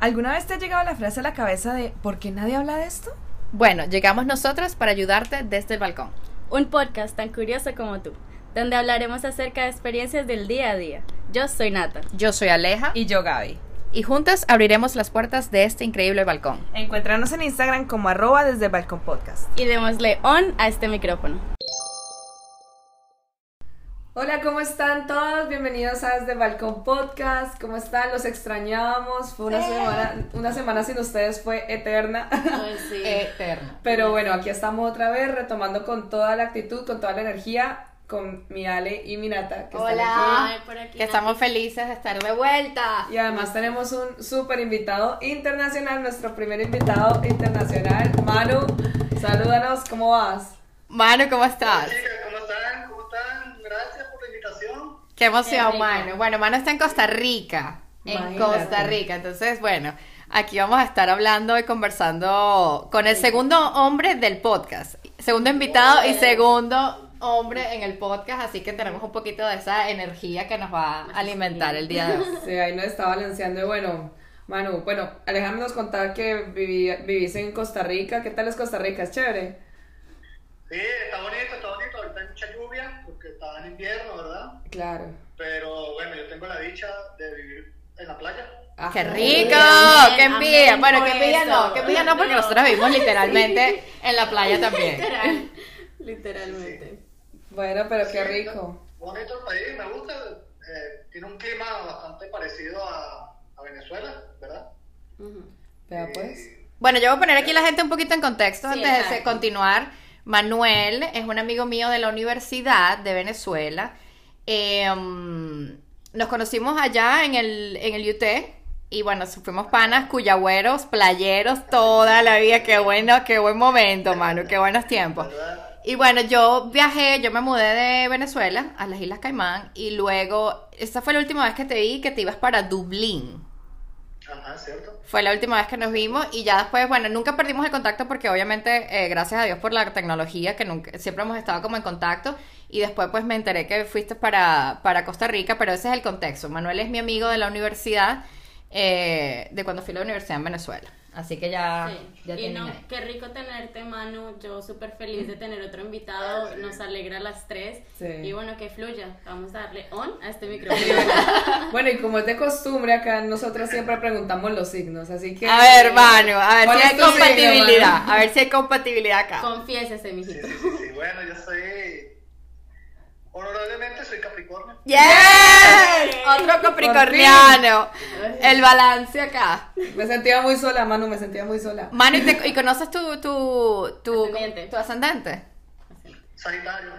¿Alguna vez te ha llegado la frase a la cabeza de ¿por qué nadie habla de esto? Bueno, llegamos nosotras para ayudarte desde el balcón. Un podcast tan curioso como tú, donde hablaremos acerca de experiencias del día a día. Yo soy Nata. Yo soy Aleja y, Y yo, Gaby. juntas abriremos las puertas de este increíble balcón. Encuéntranos en Instagram como arroba desde el balcón podcast. Y démosle on a este micrófono. Hola, ¿cómo están todos? Bienvenidos a Desde el Balcón Podcast. ¿Cómo están? Los extrañábamos. Fue una semana, una semana sin ustedes fue eterna. Pues Eh, Eterno. Pero bueno, aquí estamos otra vez retomando con toda la actitud, con toda la energía, con mi Ale y mi Nata. que están aquí. Que estamos felices de estar de vuelta. Y además tenemos un súper invitado internacional, nuestro primer invitado internacional, Manu. Salúdanos, ¿cómo vas? Manu, ¿cómo estás? Chicas, ¿cómo están? ¿Cómo están? Gracias por la invitación. Qué emoción, Qué rico. Manu. Bueno, Manu está en Costa Rica. En Imagínate. Costa Rica. Entonces, bueno, aquí vamos a estar hablando y conversando con el segundo hombre del podcast. Segundo invitado y segundo hombre en el podcast. Así que tenemos un poquito de esa energía que nos va a alimentar el día de hoy. Sí, ahí nos está balanceando. Y bueno, Manu, bueno, Alejandro nos contaba que viví- vivís en Costa Rica. ¿Qué tal es Costa Rica? ¿Es chévere? Sí, está bonito, está bonito. Ahorita hay mucha lluvia porque está en invierno, ¿verdad? Claro. Pero bueno, yo tengo la dicha de vivir en la playa. Ah, ¡Qué joder. rico! amén, ¡Qué envidia! amén Bueno, por qué envidia eso. no, qué envidia no, porque No. nosotros vivimos literalmente en la playa también. Literal. Literalmente. Bueno, pero qué Sí, rico. Bonito el país, me gusta. eh, tiene un clima bastante parecido a, a Venezuela, ¿verdad? Vea Eh, pues. Bueno, yo voy a poner aquí la gente un poquito en contexto Sí, antes de exacto. continuar. Manuel es un amigo mío de la universidad de Venezuela. Eh, mm, nos conocimos allá en el, en el UT. Y bueno, fuimos panas, cuyagüeros, playeros, toda la vida. Qué bueno, qué buen momento, mano. Qué buenos tiempos. ¿verdad? Y bueno, yo viajé, yo me mudé de Venezuela a las Islas Caimán y luego, esa fue la última vez que te vi que te ibas para Dublín. Ajá, ¿cierto? Fue la última vez que nos vimos y ya después, bueno, nunca perdimos el contacto porque obviamente, eh, gracias a Dios por la tecnología, que nunca, siempre hemos estado como en contacto y después pues me enteré que fuiste para, para Costa Rica, pero ese es el contexto. Manuel es mi amigo de la universidad, eh, de cuando fui a la universidad en Venezuela. Así que ya... Sí. Ah, ya Y tienen no, ahí. qué rico tenerte, Manu. Yo súper feliz de tener otro invitado. Nos alegra las tres. Sí. Y bueno, que fluya. Vamos a darle on a este micrófono. Bueno, y como es de costumbre, acá nosotros siempre preguntamos los signos, así que... A ver, Manu, a ver ¿Cuál si es hay tu signo, compatibilidad. Manu? a ver si hay compatibilidad acá. Confiésese, Sí, mijito. sí, sí, sí. Bueno, yo soy. Honorablemente soy Capricornio. ¡Yes! Otro capricorniano. El balance acá. Me sentía muy sola, Manu, me sentía muy sola. Manu, ¿y, te- y conoces tu, tu, tu, Ascendiente. tu ascendente? Sagitario.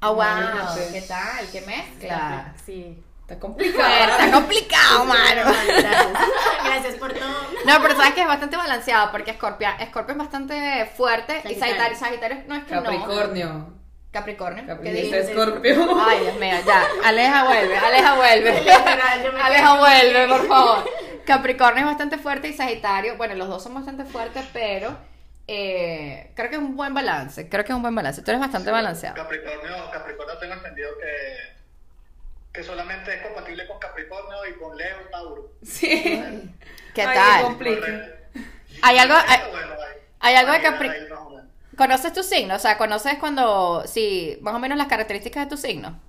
Ah, wow. Imagínate. ¿Qué tal? ¿Qué mezcla? Sí. Está Pero complicado. Está complicado, Manu. Gracias. Gracias por todo. No, pero sabes que es bastante balanceado porque Scorpio, Scorpio es bastante fuerte y Sagitario. Sagitario, Sagitario no es que no. Capricornio. Capricornio. ¿qué Capricornio. dices? Ah. Este Escorpio. Ay, Dios mío, ya. Aleja vuelve, Aleja vuelve. Literal, yo me Aleja quedé- vuelve, por favor. Capricornio es bastante fuerte y Sagitario, bueno, los dos son bastante fuertes, pero eh, creo que es un buen balance. Creo que es un buen balance. Tú eres bastante balanceado. Capricornio, Capricornio tengo entendido que, que solamente es compatible con Capricornio y con Leo y Tauro. Sí. ¿Qué Ay, tal? comple- Complique. Correcto. Hay algo- hay- Bueno, hay- hay algo de hay- Capri- hay más o menos. ¿Conoces tu signo? O sea, ¿conoces cuando, sí, más o menos las características de tu signo?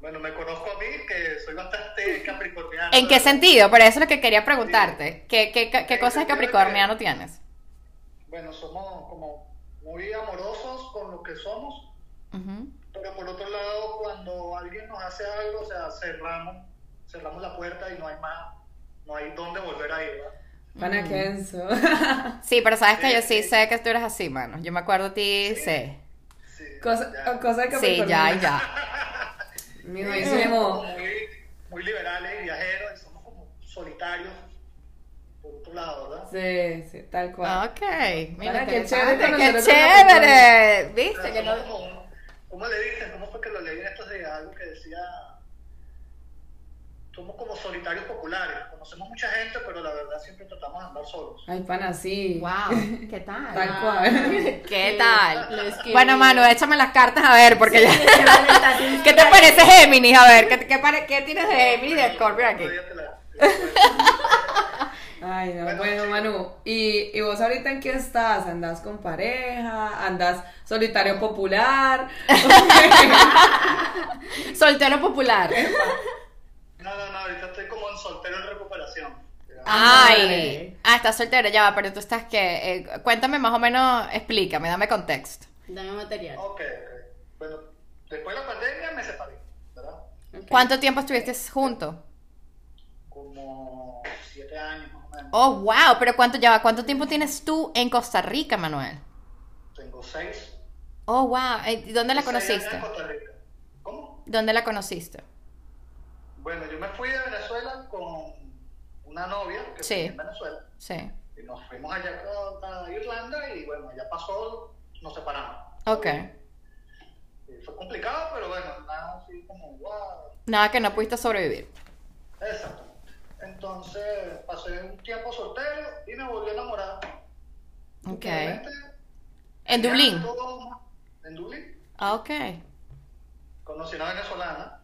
Bueno, me conozco a mí que soy bastante capricorniano. ¿En qué sentido? Pero eso es lo que quería preguntarte. ¿Qué, qué, qué cosas de capricorniano tienes? Bueno, somos como muy amorosos con lo que somos, Ujú. pero por otro lado, cuando alguien nos hace algo, o sea, cerramos, cerramos la puerta y no hay más, no hay dónde volver a ir, ¿verdad? Mm. Panaquenso. Sí, pero sabes que Sí, yo sí sí. sé que tú eres así, mano. Yo me acuerdo de ti, sí. Sí, ya. Cosa, cosa que Sí, ya, ya. Mijo, yo soy Somos como como- muy, muy liberales y viajeros, y somos como solitarios, por otro lado, ¿verdad? Sí, sí, tal cual. Ok, mira, Para, qué interesante, chévere conocer qué otro chévere. Pero ¿Viste? Que somos no- como- ¿Cómo le dicen? ¿Cómo fue que lo leí en estos días? Algo que decía... Somos como solitarios populares. Conocemos mucha gente, pero la verdad siempre tratamos de andar solos. Ay, pana, sí. Wow, ¿qué tal? Tal cual. ¿Qué Sí, tal? lo escribí. Bueno, Manu, échame las cartas a ver, porque ya... Estás ¿Qué te parece Géminis? Eh, A ver, ¿qué, qué, pare- qué tienes de Géminis y de Scorpio aquí? Otro día te la- te la cuento. Ay, Ay, no. Bueno, Bueno, sí. Manu, ¿y, ¿y vos ahorita en qué estás? ¿Andás con pareja? ¿Andás solitario popular? Soltero popular. No, no, no, ahorita estoy como en soltero en recuperación. Ah. Ay. Ah, estás soltero, ya va, pero tú estás que. eh, cuéntame más o menos, explícame, dame contexto. Dame material. Ok, ok. Bueno, después de la pandemia me separé, ¿verdad? Ok. ¿Cuánto tiempo estuviste juntos? Como siete años más o menos. Oh, wow, pero ¿cuánto ya va? ¿Cuánto tiempo tienes tú en Costa Rica, Manuel? Tengo seis. Oh, wow. eh, ¿y ¿Dónde la seis años conociste? en Costa Rica. ¿Cómo? ¿Dónde la conociste? Bueno, yo me fui a Venezuela con una novia que Sí. vivía en Venezuela. Sí. Y nos fuimos allá a, a Irlanda y bueno, ya pasó, nos separamos. Ok. Y fue complicado, pero bueno, nada así como, wow. Nada que no pudiste sobrevivir. Exacto. Entonces pasé un tiempo soltero y me volví a enamorar. Ok. Realmente, En ya Dublín. todo- En Dublín. Ah, ok. Conocí una venezolana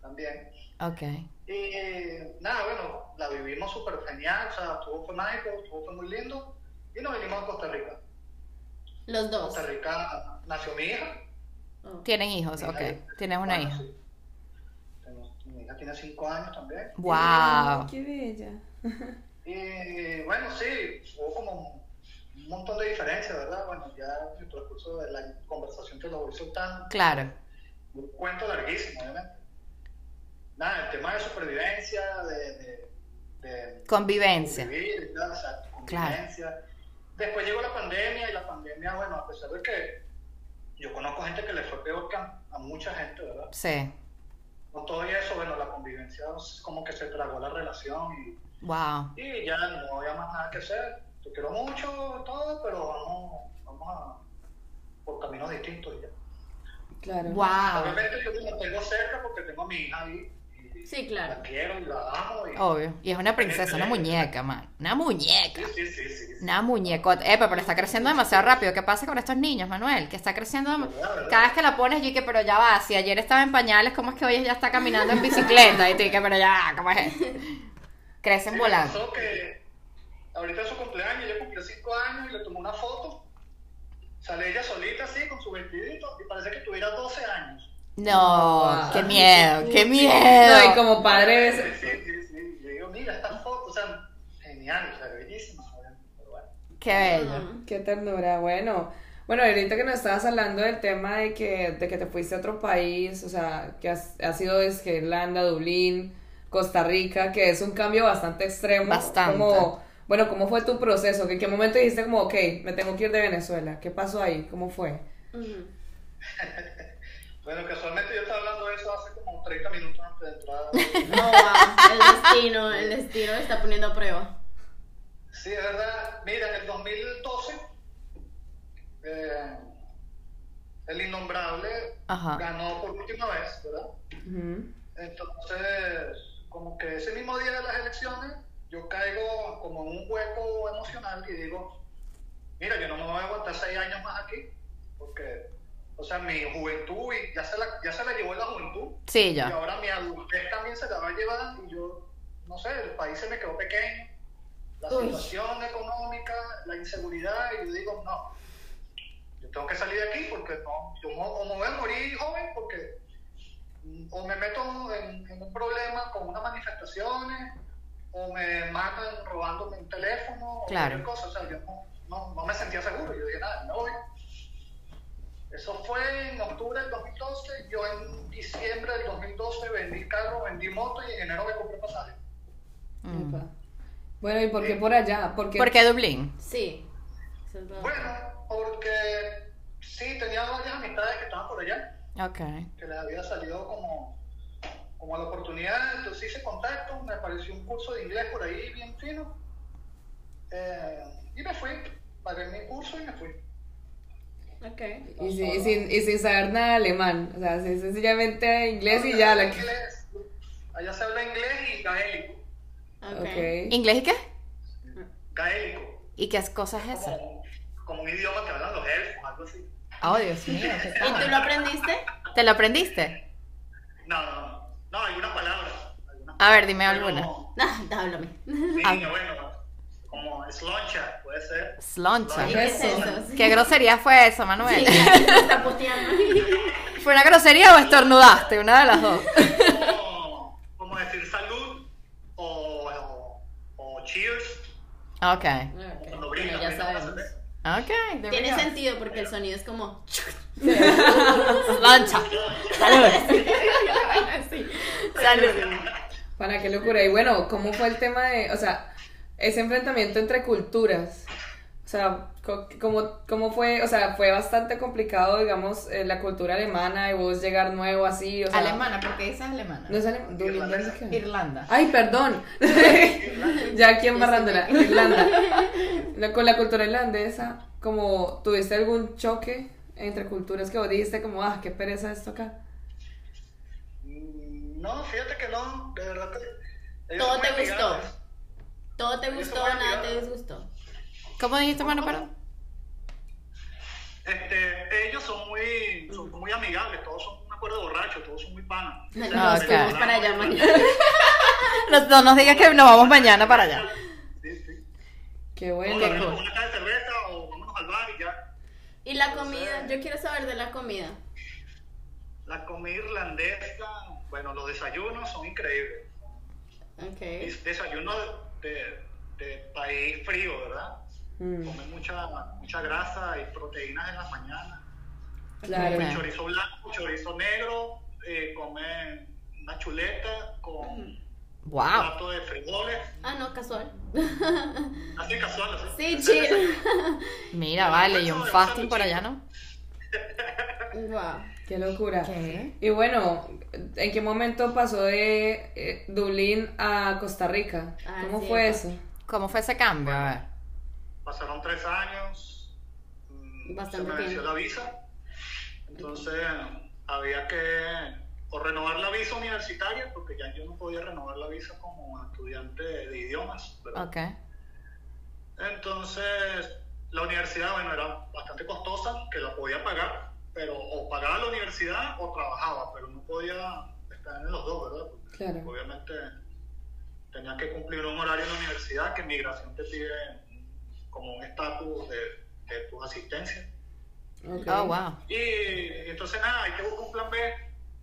también. Ok. Y eh, nada, bueno, la vivimos súper genial, o sea, estuvo fue mágico, estuvo fue muy lindo. Y nos vinimos a Costa Rica. Los En dos. Costa Rica nació mi hija. Oh. Tienen hijos, ok. Tienes una Bueno, hija. sí. Tengo- mi hija tiene cinco años también. Ay, Wow. qué bella. Y bueno, sí, hubo como un montón de diferencias, ¿verdad? Bueno, ya en el transcurso de la conversación te lo voy soltando. Claro. Un cuento larguísimo, obviamente. Nada, el tema de supervivencia, de, de, de Convivencia. vivir, ¿verdad? O sea, convivencia. Después llegó la pandemia y la pandemia, bueno, a pesar de que yo conozco gente que le fue peor que a, a mucha gente, ¿verdad? Sí. Con todo y eso, bueno, la convivencia como que se tragó la relación y Wow. y ya no había más nada que hacer. Te quiero mucho, todo, pero vamos, vamos a, por caminos distintos ya. Claro. Wow. Obviamente yo me mantengo cerca porque tengo a mi hija ahí. y Sí, claro. La quiero y la amo. Y... Obvio. Y es una princesa, una muñeca, man. Una muñeca. Sí, sí, sí, sí. sí. Una muñecota. Epa, pero está creciendo demasiado rápido. ¿Qué pasa con estos niños, Manuel? Que está creciendo dem- Cada vez que la pones, yo que, pero ya va. Si ayer estaba en pañales, ¿cómo es que hoy ya está caminando en bicicleta? Y tú que, pero ya, va, ¿cómo es esto? Crecen Sí, volando. Pasó que ahorita es su cumpleaños, yo cumplí cinco años y le tomé una foto. Sale ella solita así con su vestidito y parece que tuviera 12 años. No, Wow. qué miedo, qué No, y miedo. como padre Sí, es- sí, sí, sí. Yo digo, mira esta foto, o sea, genial, o sea, bellísima. obviamente, Pero bueno. Qué bello. Qué ternura, bueno. Bueno, ahorita que nos estabas hablando del tema de que, de que te fuiste a otro país, o sea, que has, has ido desde Irlanda, Dublín, Costa Rica, que es un cambio bastante extremo. Bastante. Como, bueno, ¿cómo fue tu proceso? ¿Que ¿En qué momento dijiste como, ok, me tengo que ir de Venezuela? ¿Qué pasó ahí? ¿Cómo fue? Ujú. Bueno, casualmente yo estaba hablando de eso hace como 30 minutos antes de entrar. Oh, wow. El destino, el destino está poniendo a prueba. Sí, es verdad. Mira, en el 2012, eh, el innombrable Ajá. ganó por última vez, ¿verdad? Ujú. Entonces, como que ese mismo día de las elecciones, yo caigo como en un hueco emocional y digo, mira, yo no me voy a aguantar seis años más aquí, porque, o sea, mi juventud, y ya se la, ya se la llevó la juventud. Sí, Y yo. ahora mi adultez también se la va a llevar y yo, no sé, el país se me quedó pequeño, la Uy. situación económica, la inseguridad, y yo digo, no, yo tengo que salir de aquí porque no, yo mo- o me voy a morir joven porque, mm, o me meto en, en un problema con unas manifestaciones, o me matan robándome un teléfono, o Claro. cualquier cosa, o sea, yo no, no, no me sentía seguro, yo dije, nada, me voy. Eso fue en octubre del 2012. Yo en diciembre del 2012 vendí carro, vendí moto y en enero me compré pasaje. Mm. Epa. Bueno, ¿y por qué por allá? Porque, ¿Por qué Dublín? Sí. Eso es lo- Bueno, porque sí, tenía varias amistades que estaban por allá, Ok. que les había salido como, como la oportunidad. Entonces hice contacto, me apareció un curso de inglés por ahí bien fino. eh, y me fui, pagué mi curso y me fui. Ok. y, sin, y sin- y sin saber nada de alemán, o sea, sí, sencillamente inglés y ya la que... Inglés, Allá se habla inglés y gaélico. Ok. Ok. ¿Inglés y qué? Gaélico. ¿Y qué cosa es esa? como, como un idioma que hablan los elfos, algo así. Oh, Dios mío. qué ¿Y cosa. tú lo aprendiste? ¿Te lo aprendiste? No, no, no. No, alguna palabra. alguna A ver, dime palabra, alguna. pero- No, Ah, háblame. Sí, Ah. bueno. como sloncha, puede ser. Sloncha. ¿Qué ¿Qué es es eso? ¿Qué grosería fue eso, Manuel? Está puteando. ¿Fue una grosería o estornudaste? Una de las dos. Como, como decir salud o, o, o cheers. Ok. Ok. Cuando Bueno, brindas, ya brindas, sabemos. ¿eh? Ok. there we Tiene go. sentido porque el sonido es como. Sloncha. Sí. Para qué locura. Y bueno, ¿cómo fue el tema de, o sea, ese enfrentamiento entre culturas? O sea, co- ¿cómo, cómo fue? O sea, fue bastante complicado, digamos, eh, la cultura alemana y vos llegar nuevo así, o sea... Alemana, porque esa es alemana. No es alemán. Irlandesa. Irlanda. Ay, perdón. ya aquí en Barrandola, Irlanda. La- Con la cultura irlandesa, como tuviste algún choque entre culturas que vos dijiste como, ah, qué pereza esto acá. Mm, No, fíjate que no, de verdad. que- ellos Todo son te muy gustó. amigables. Todo te Eso gustó, fue nada te olvidado. disgustó. ¿Cómo dijiste, Manuel? Perdón. Este, ellos son muy, son muy amigables, todos son un acuerdo borracho, todos son muy panas. Nos ok. fuimos para allá mañana. No, Ah, no nos digas que nos vamos mañana para allá. Sí, sí. Qué Vamos bueno. a vernos con una caja de cerveza o vámonos al bar y ya. Y la comida, yo quiero saber de la comida. La comida irlandesa, bueno, los desayunos son increíbles. Ok. Es Desayuno de, de país frío, ¿verdad? Mm, Comen mucha, mucha grasa y proteínas en las mañanas. claro. Ok. Chorizo blanco, chorizo negro, eh, comen una chuleta Mm. con Wow. plato de frijoles. Ah, no, casual. Así casual, así. Sí, chill. Mira, vale, y un fasting por allá, ¿no? Wow. Qué locura. ¿Qué? Y bueno, ¿en qué momento pasó de eh, Dublín a Costa Rica? Ah, ¿Cómo sí, fue pa- eso? ¿Cómo fue ese cambio? A ver. Pasaron tres años, mm, Bastante se me venció tiempo. la visa, entonces había que o renovar la visa universitaria, porque ya yo no podía renovar la visa como estudiante de idiomas, ¿verdad? Ok. Entonces, la universidad, bueno, era bastante costosa, que la podía pagar, pero o pagaba la universidad o trabajaba, pero no podía estar en los dos, ¿verdad? Porque Claro. Obviamente tenía que cumplir un horario en la universidad que migración te pide como un estatus de, de tus asistencias. Ok. Oh, wow. Y, entonces, nada, hay que buscar un plan B.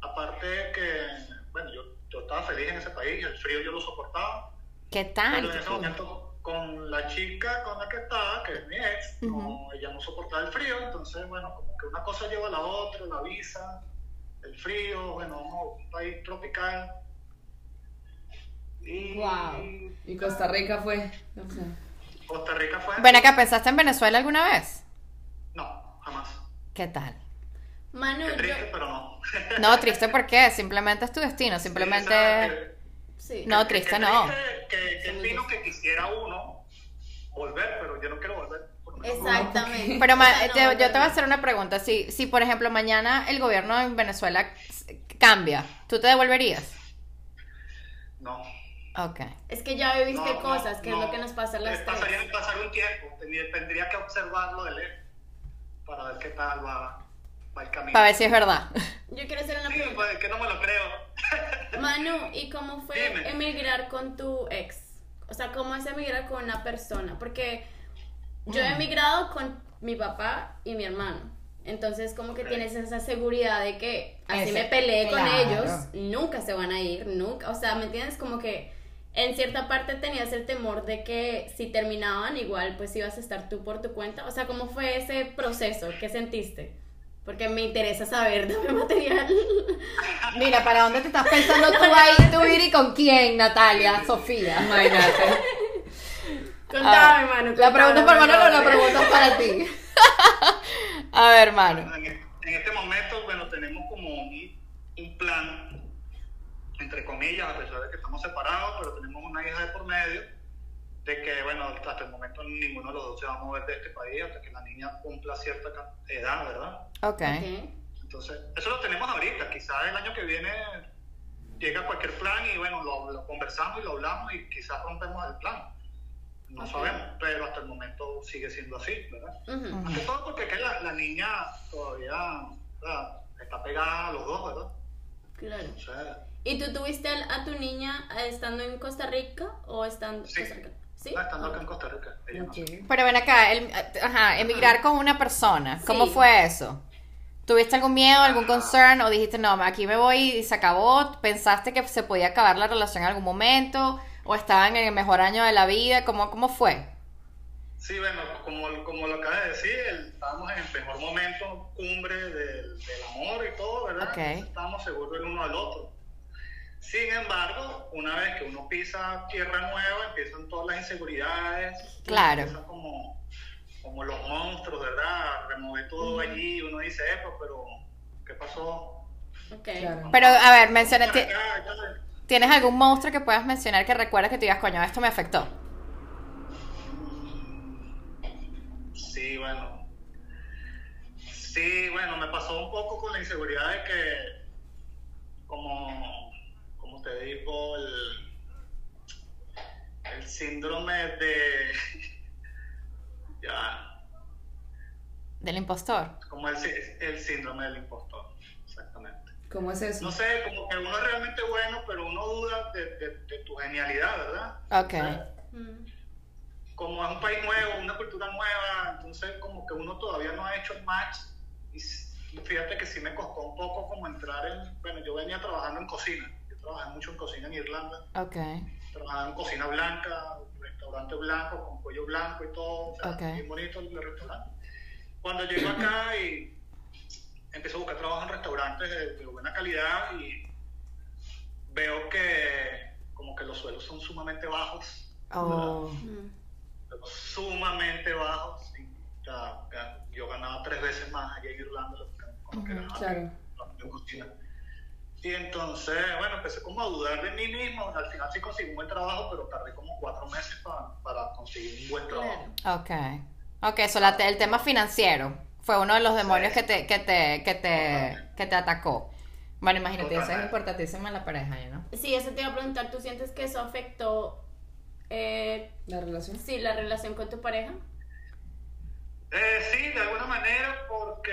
Aparte de que, bueno, yo, yo estaba feliz en ese país, el frío yo lo soportaba. ¿Qué Pero tal? en Qué ese cool. momento, con la chica con la que estaba, que es mi ex, no, ella no soportaba el frío, entonces, bueno, como que una cosa lleva a la otra, la visa, el frío, bueno, vamos a un país tropical. Y Guau. Y Costa Rica fue. o sea, Costa Rica fue. Ven acá, ¿pensaste en Venezuela alguna vez? No, jamás. ¿Qué tal? Manu, Qué yo. triste, pero no. No, triste porque simplemente es tu destino, simplemente... Sí. No, triste no. Que, que, que es fino que quisiera uno volver, pero yo no quiero volver. por lo menos no. Exactamente. Pero ma- O sea, no, yo, yo te voy a pero- hacer una pregunta. Si, si, por ejemplo, mañana el gobierno en Venezuela s- cambia, ¿tú te devolverías? No. Ok. Es que ya viviste No, no, cosas, que es no. lo que nos pasa a las Eh, tres. Pasaría pasar un tiempo, tendría, tendría que observarlo de lejos para ver qué tal va, va el camino. Para ver si es verdad. Yo quiero hacer una Sí, pregunta. pues, es que no me lo creo. Manu, ¿y cómo fue Dime. emigrar con tu ex? O sea, ¿cómo es emigrar con una persona? Porque yo he emigrado con mi papá y mi hermano. Entonces, como que Ok. tienes esa seguridad de que así Ese- me peleé claro. con ellos, nunca se van a ir, nunca. O sea, ¿me entiendes? Como que en cierta parte tenías el temor de que si terminaban, igual pues ibas a estar tú por tu cuenta. O sea, ¿cómo fue ese proceso? ¿Qué sentiste? Porque me interesa saber, dame material. Mira, ¿para dónde te estás pensando tú ahí? ¿Tú ir y con quién, Natalia? Sofía. Ah, Imagínate. Contame, Manu. La pregunta es para contame, Manolo, la contame. pregunta es para ti. A ver, hermano. En, e- en este momento, bueno, tenemos como un, un plan, entre comillas, a pesar de que estamos separados, pero tenemos una hija de por medio, de que, bueno, hasta el momento ninguno de los dos se va a mover de este país hasta que la niña cumpla cierta ca- edad, ¿verdad? Ok. Ok. Entonces, eso lo tenemos ahorita. Quizás el año que viene llega cualquier plan y bueno, lo, lo conversamos y lo hablamos y quizás rompemos el plan. No Ok. sabemos, pero hasta el momento sigue siendo así, ¿verdad? Ujú. Ah. Más que todo porque es que la, la niña todavía ¿verdad? está pegada a los dos, ¿verdad? Claro. O sea, ¿Y tú tuviste al- a tu niña eh, estando en Costa Rica o estando Sí. Ah, Costa Rica? ¿Sí? No, están locas en Costa Rica. Ella no. Ok. Pero ven acá, el- ajá, emigrar con una persona, ¿cómo Sí. fue eso? ¿Tuviste algún miedo, algún concern o dijiste, no, aquí me voy y se acabó? ¿Pensaste que se podía acabar la relación en algún momento? ¿O estaban en el mejor año de la vida? ¿Cómo, cómo fue? Sí, bueno, como, como lo acabas de decir, el- estábamos en el mejor momento, cumbre del, del amor y todo, ¿verdad? Ok. Entonces, Estábamos seguros el uno al otro. Sin embargo, una vez que uno pisa tierra nueva, empiezan todas las inseguridades. Claro. Empiezan como, como los monstruos, ¿verdad? Remover todo allí, uno dice, "Epa, pero ¿qué pasó? Ok. Claro. Pero, a ver, menciona, Para ti- acá, y tal". ¿tienes algún monstruo que puedas mencionar que recuerdas que te digas, coño, esto me afectó? Sí, bueno. Sí, bueno, me pasó un poco con la inseguridad de que, como, como te digo, el, el síndrome de, ya, Del impostor. como el, sí- el síndrome del impostor, exactamente. ¿Cómo es eso? No sé, como que uno es realmente bueno, pero uno duda de, de- de tu genialidad, ¿verdad? Ok. Mm. como es un país nuevo, una cultura nueva, entonces como que uno todavía no ha hecho el match. Y s- y fíjate que sí me costó un poco como entrar en, bueno, yo venía trabajando en cocina, yo trabajé mucho en cocina en Irlanda, Ok. trabajaba en cocina blanca, restaurante blanco, con cuello blanco y todo, o sea, Ok. bien bonito el restaurante. Cuando llego acá y empiezo a buscar trabajo en restaurantes de, de buena calidad y veo que como que los suelos son sumamente bajos Oh. mm, pero sumamente bajos. sí. O sea, ga- yo ganaba tres veces más allá en Irlanda lo que- como que ganaba Claro. en cocina. Y entonces, bueno, empecé como a dudar de mí mismo. Al final sí conseguí un buen trabajo, pero tardé como cuatro meses pa- para conseguir un buen trabajo. Claro. Ok. Ok, so la te- el tema financiero fue uno de los demonios que te, que te, que te, que te atacó. Bueno, imagínate, eso es Totalmente. importantísimo en la pareja, ¿no? Sí, eso te iba a preguntar. ¿Tú sientes que eso afectó eh, ¿La relación? sí, la relación con tu pareja? Eh, sí, de alguna manera, porque.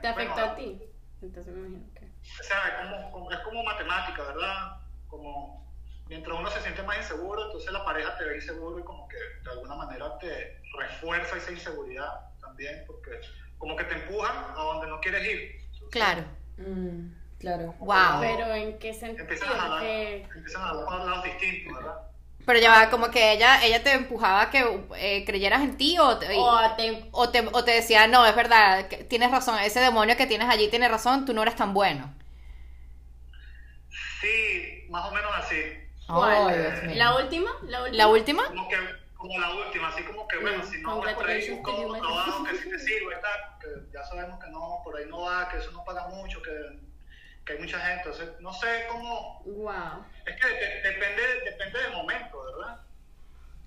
¿Te afectó bueno, a ti? Entonces me imagino que. O sea, es como, como- es como matemática, ¿verdad? Como mientras uno se siente más inseguro, entonces la pareja te ve inseguro y como que de alguna manera te refuerza esa inseguridad también, porque como que te empujan a donde no quieres ir. Entonces, Claro. Mm, claro. Wow. Pero en qué sentido Empiezan a hablar, que empiezan a hablar por lados distintos, ¿verdad? Pero ya va, como que ella, ella te empujaba a que eh, creyeras en ti o, te- o a te o te, o te decía, no, es verdad, que tienes razón, ese demonio que tienes allí tiene razón, tú no eres tan bueno. Sí, más o menos así. Oh, ¿Cuál? Dios mío. la última, la última. ¿La última? Como que como la última, así como que bueno, Mm, si no vas por ahí, congratulations busca to you, otro my trabajo friend. que sí te sirva y tal, porque ya sabemos que no, por ahí no va, que eso no paga mucho, que, que hay mucha gente. Entonces, no sé cómo. Wow. Es que de- depende, depende del momento, ¿verdad?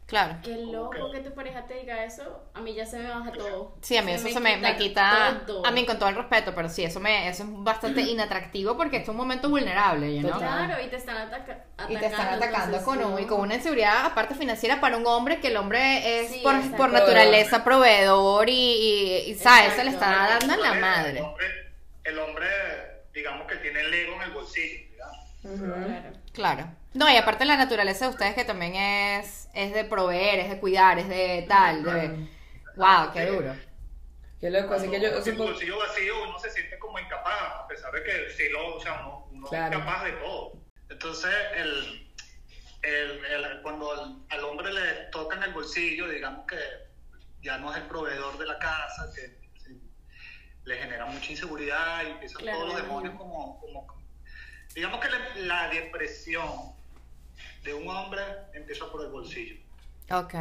Claro. Qué loco que tu pareja te diga eso. A mí ya se me baja todo. Sí, a mí eso se me, me quita, todo. Mm. a mí con todo el respeto, pero sí, eso me, eso es bastante inatractivo porque esto es un momento vulnerable, ¿no? Claro, y te están ataca- atacando. Y te están atacando entonces, con, un- no. y con una inseguridad, aparte financiera, para un hombre que el hombre es Sí, por, exacto. por naturaleza proveedor y, y, y, ¿sabes? Se le Exacto. está dando en Ah, la El madre. hombre- El hombre, digamos que tiene el ego en el bolsillo, ¿verdad? Ujú. Claro. Claro. No, y aparte la naturaleza de ustedes que también es, es de proveer, es de cuidar, es de tal, de... ¡Wow! ¡Qué duro! Qué loco, así que yo Cuando tiene el supongo... bolsillo vacío uno se siente como incapaz, a pesar de que sí lo, o sea, uno, uno Claro. es capaz de todo. Entonces, el, el- el- cuando al, al hombre le tocan el bolsillo, digamos que ya no es el proveedor de la casa, que sí, le genera mucha inseguridad y empiezan Claro, todos los me demonios como, como- Digamos que le- la depresión de un hombre empieza por el bolsillo. Ok.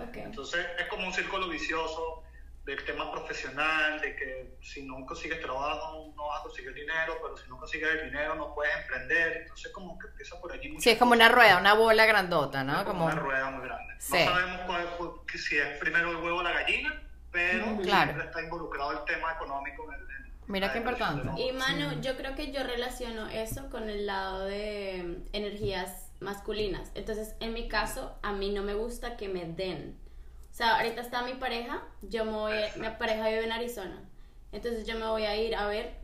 Ok. Entonces es como un círculo vicioso del tema profesional, de que si no consigues trabajo no vas a conseguir dinero, pero si no consigues el dinero no puedes emprender. Entonces como que empieza por allí. muchas Sí, es como cosas. una rueda, una bola grandota, ¿no? Es como Como... una rueda muy grande. Sí. No sabemos cuál, cu- que si es primero el huevo o la gallina, pero Ujú. Claro. siempre está involucrado el tema económico. En el, en Mira la qué depresión del importante. hombre. Y Manu, yo creo que yo relaciono eso con el lado de mm, energías masculinas. Entonces, en mi caso, a mí no me gusta que me den. O sea, ahorita está mi pareja, yo me voy, mi pareja vive en Arizona. Entonces yo me voy a ir a ver,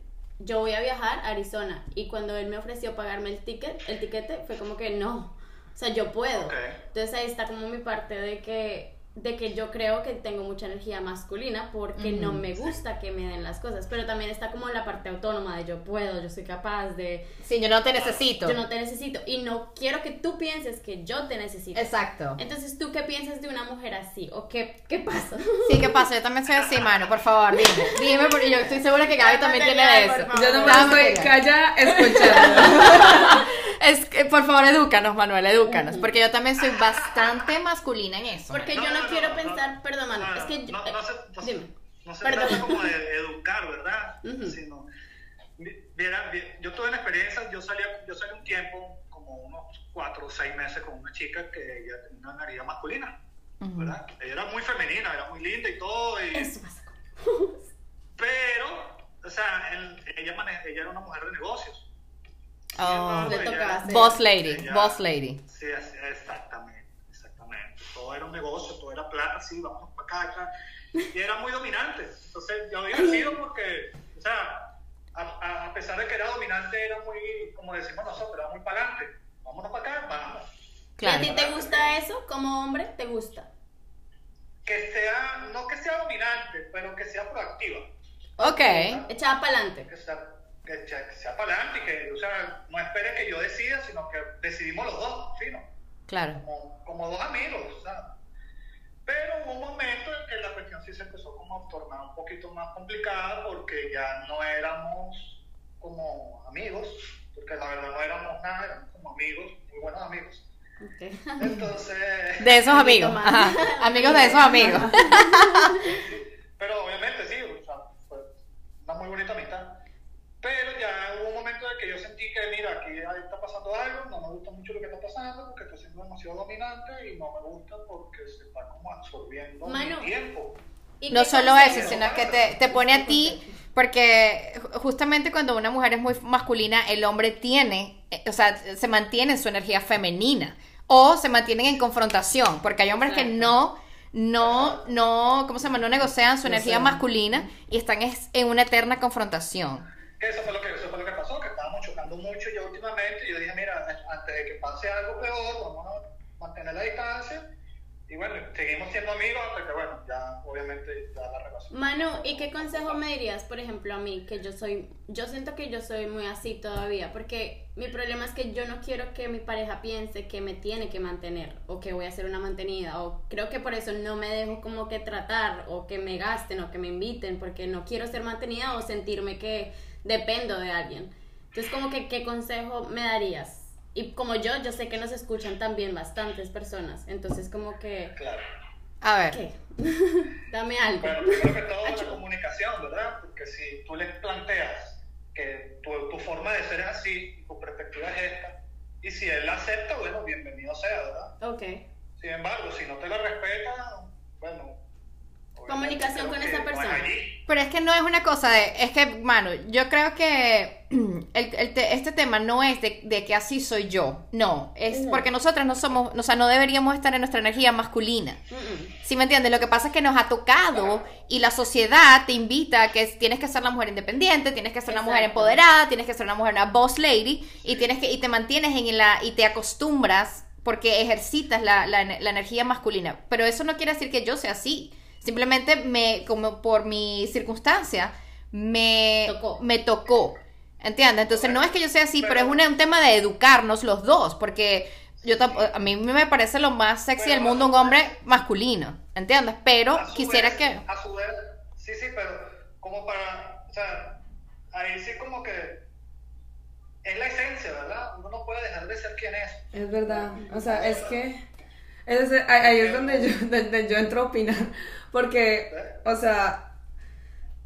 yo voy a viajar a Arizona. Y cuando él me ofreció pagarme el ticket, el tiquete, fue como que no. O sea, yo puedo. Ok. Entonces ahí está como mi parte de que, de que yo creo que tengo mucha energía masculina porque no me gusta que me den las cosas. Pero también está como la parte autónoma de yo puedo, yo soy capaz de... Sí, yo no te necesito. Yo no te necesito y no quiero que tú pienses que yo te necesito. Exacto. Entonces, ¿tú qué piensas de una mujer así? ¿O qué, qué pasa? Sí, ¿qué pasa? Yo también soy así, mano, por favor, dime. Dime, porque yo estoy segura que Gaby también tiene de Material, eso. por Yo favor. no Dame me estoy callada material. escuchando. Es que, por favor, edúcanos, Manuel, edúcanos. Porque yo también soy bastante masculina en eso. Porque No, yo no, no, no, quiero no, pensar, no, perdón, Manu, no, es que yo, no, no se, no se- dime. no se Perdón. trata como de educar, ¿verdad? Ujú. Sino, vi- viera, vi- yo tuve una experiencia, yo salí, yo salí un tiempo, como unos cuatro o seis meses con una chica que ella tenía una nariz masculina, ¿verdad? Ella era muy femenina, era muy linda y todo, y- Eso pasa. con- pero, o sea, él- ella, mane- ella era una mujer de negocios. Oh. Le Ella- tocaba hacer- Boss lady, ella- boss lady. Sí, así- exactamente, exactamente. Todo era un negocio, todo era plata, sí, vamos para acá, acá. Y era muy dominante. Entonces, yo había sido porque, o sea, a, a- a pesar de que era dominante, era muy, como decimos nosotros, era muy pagante. Vámonos para acá, vamos. ¿Y a ti Claro. te gusta eso como hombre? ¿Te gusta? Que sea, no que sea dominante, pero que sea proactiva. Ok. Echada para adelante. Que sea, que sea, que sea para adelante y que, o sea, no espere que yo decida, sino que decidimos los dos, ¿sí? ¿no? Claro. como, como dos amigos, o sea. Pero hubo un momento en que la cuestión sí se empezó como a tornar un poquito más complicada porque ya no éramos como amigos, porque la verdad no éramos nada, éramos como amigos, muy buenos amigos. Entonces, De esos amigos. Ajá. Amigos de esos amigos. pero obviamente sí, o sea, fue una muy bonita amistad. Pero ya hubo un momento en que yo sentí que, mira, aquí ahí está pasando algo, no me gusta mucho lo que está pasando porque está siendo demasiado dominante y no me gusta porque se está como absorbiendo Mano, mi tiempo. ¿Y No qué solo consejo? eso, sino que te, te pone a ti, porque ju- justamente cuando una mujer es muy masculina, el hombre tiene, eh, o sea, se mantiene en su energía femenina o se mantienen en confrontación, porque hay hombres que Exacto. no, no, no, ¿cómo se llama? No negocian su energía masculina y están es- en una eterna confrontación. Que eso fue lo que eso fue lo que pasó, que estábamos chocando mucho ya últimamente, y yo dije, mira, antes de que pase algo peor, vamos a mantener la distancia, y bueno, seguimos siendo amigos hasta que bueno, ya obviamente ya la relación. Manu, ¿y qué consejo me dirías, por ejemplo, a mí? Que yo soy, yo siento que yo soy muy así todavía, porque mi problema es que yo no quiero que mi pareja piense que me tiene que mantener, o que voy a hacer una mantenida, o creo que por eso no me dejo como que tratar, o que me gasten, o que me inviten, porque no quiero ser mantenida o sentirme que dependo de alguien. Entonces, como que, ¿qué consejo me darías? Y como yo, yo sé que nos escuchan también bastantes personas, entonces como que, Claro. A ver, ¿qué? Dame algo. Bueno, primero que todo la comunicación, ¿verdad? Porque si tú les planteas que tu, tu forma de ser es así, tu perspectiva es esta, y si él la acepta, bueno, bienvenido sea, ¿verdad? Ok. Sin embargo, si no te la respeta, bueno. obviamente Comunicación creo con que esa no es persona. allí. Pero es que no es una cosa de, es que, Manu, yo creo que el, el te- este tema no es de, de que así soy yo, no, es porque nosotras no somos, o sea, no deberíamos estar en nuestra energía masculina. Mm-mm. ¿Sí me entiendes? Lo que pasa es que nos ha tocado y la sociedad te invita a que tienes que ser la mujer independiente, tienes que ser una mujer Exacto. empoderada, tienes que ser una mujer, una boss lady, y tienes que, y te mantienes en la, y te acostumbras porque ejercitas la, la, la energía masculina. Pero eso no quiere decir que yo sea así. Simplemente me, como por mi circunstancia, me Tocó. me tocó. ¿Entiendes? Entonces no es que yo sea así, pero es un, un tema de educarnos los dos, porque yo tamp- a mí me parece lo más sexy del mundo un hombre masculino, ¿entiendes? Pero A su quisiera vez- que... A su vez, sí, sí, pero como para, o sea, ahí sí como que es la esencia, ¿verdad? Uno no puede dejar de ser quien es. Es verdad, o sea, es que es- es- ahí ahí es donde yo, donde yo entro a opinar, porque, o sea,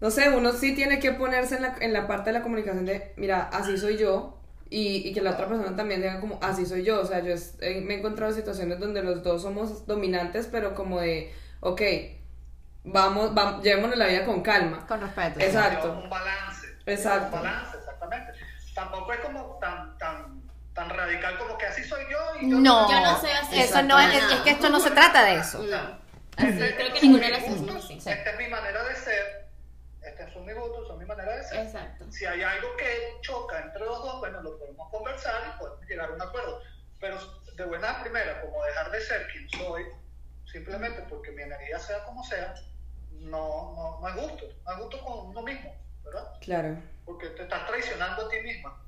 no sé, uno sí tiene que ponerse en la, en la parte de la comunicación de, mira, así soy yo, y, y que la otra persona también diga como, así soy yo, o sea, yo es- eh, me he encontrado en situaciones donde los dos somos dominantes, pero como de, ok, vamos, vamos llevémonos la vida con calma. Con respeto. Exacto. Lleva Un balance. Exacto. Un balance, exactamente. Tampoco es como tan, tan, tan radical como que así soy yo y yo No, Yo no soy así. eso no es, es que esto no se trata de eso. No. Así, creo que son ninguna de mis las dos gustos, sí. Esta este es mi manera de ser. Este es mi gusto, son mi manera de ser. Exacto. Si hay algo que choca entre los dos, bueno, lo podemos conversar y podemos llegar a un acuerdo. Pero de buena a primera, como dejar de ser quien soy, simplemente porque mi energía sea como sea, no, no, no es justo. No es justo con uno mismo, ¿verdad? Claro. Porque te estás traicionando a ti misma.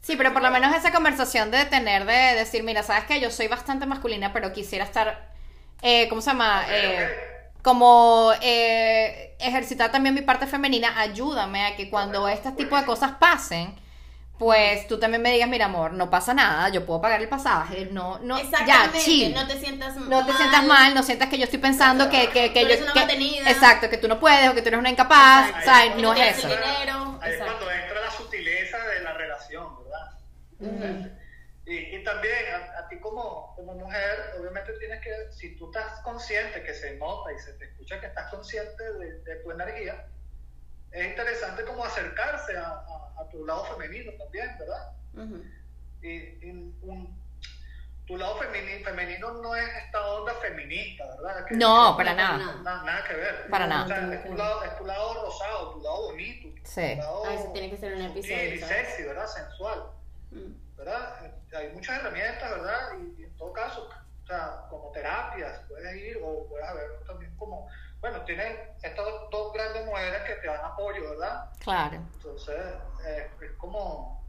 Sí, pero por lo menos esa conversación de tener, de decir, mira, sabes que yo soy bastante masculina, pero quisiera estar, eh, ¿cómo se llama? Eh, como eh, ejercitar también mi parte femenina, ayúdame a que cuando este tipo de cosas pasen, pues tú también me digas, mira, amor, no pasa nada, yo puedo pagar el pasaje, no, no, ya, Exactamente, chill. no te sientas mal. No te sientas mal, no sientas que yo estoy pensando que, que, que Tú eres yo. una que- mantenida. exacto, que tú no puedes o que tú eres una incapaz. Exacto. o sea, no Porque es es eso. el dinero, Ahí es exacto. cuando entra la sutileza de la relación, ¿verdad? Y, y también a, a ti como, como mujer, obviamente tienes que, si tú estás consciente, que se nota y se te escucha que estás consciente de, de tu energía, es interesante como acercarse a, a- a tu lado femenino también, ¿verdad? Ujú. Y, y un- tu lado femini- femenino no es esta onda feminista, ¿verdad? Que- No, que- para No, para nada. nada. Nada, nada que ver. Para nada. O sea, es, tu lado, es tu lado rosado, tu lado bonito. tu Sí. lado Ah, eso tiene que ser un sutil episodio, Y ¿sabes? sexy, ¿verdad? Sensual. Mm. ¿verdad? Eh, Hay muchas herramientas, ¿verdad? Y, y en todo caso, o sea, como terapias, puedes ir o puedes haber también como, bueno, tienes estas dos grandes mujeres que te dan apoyo, ¿verdad? Claro. Entonces, eh, es como,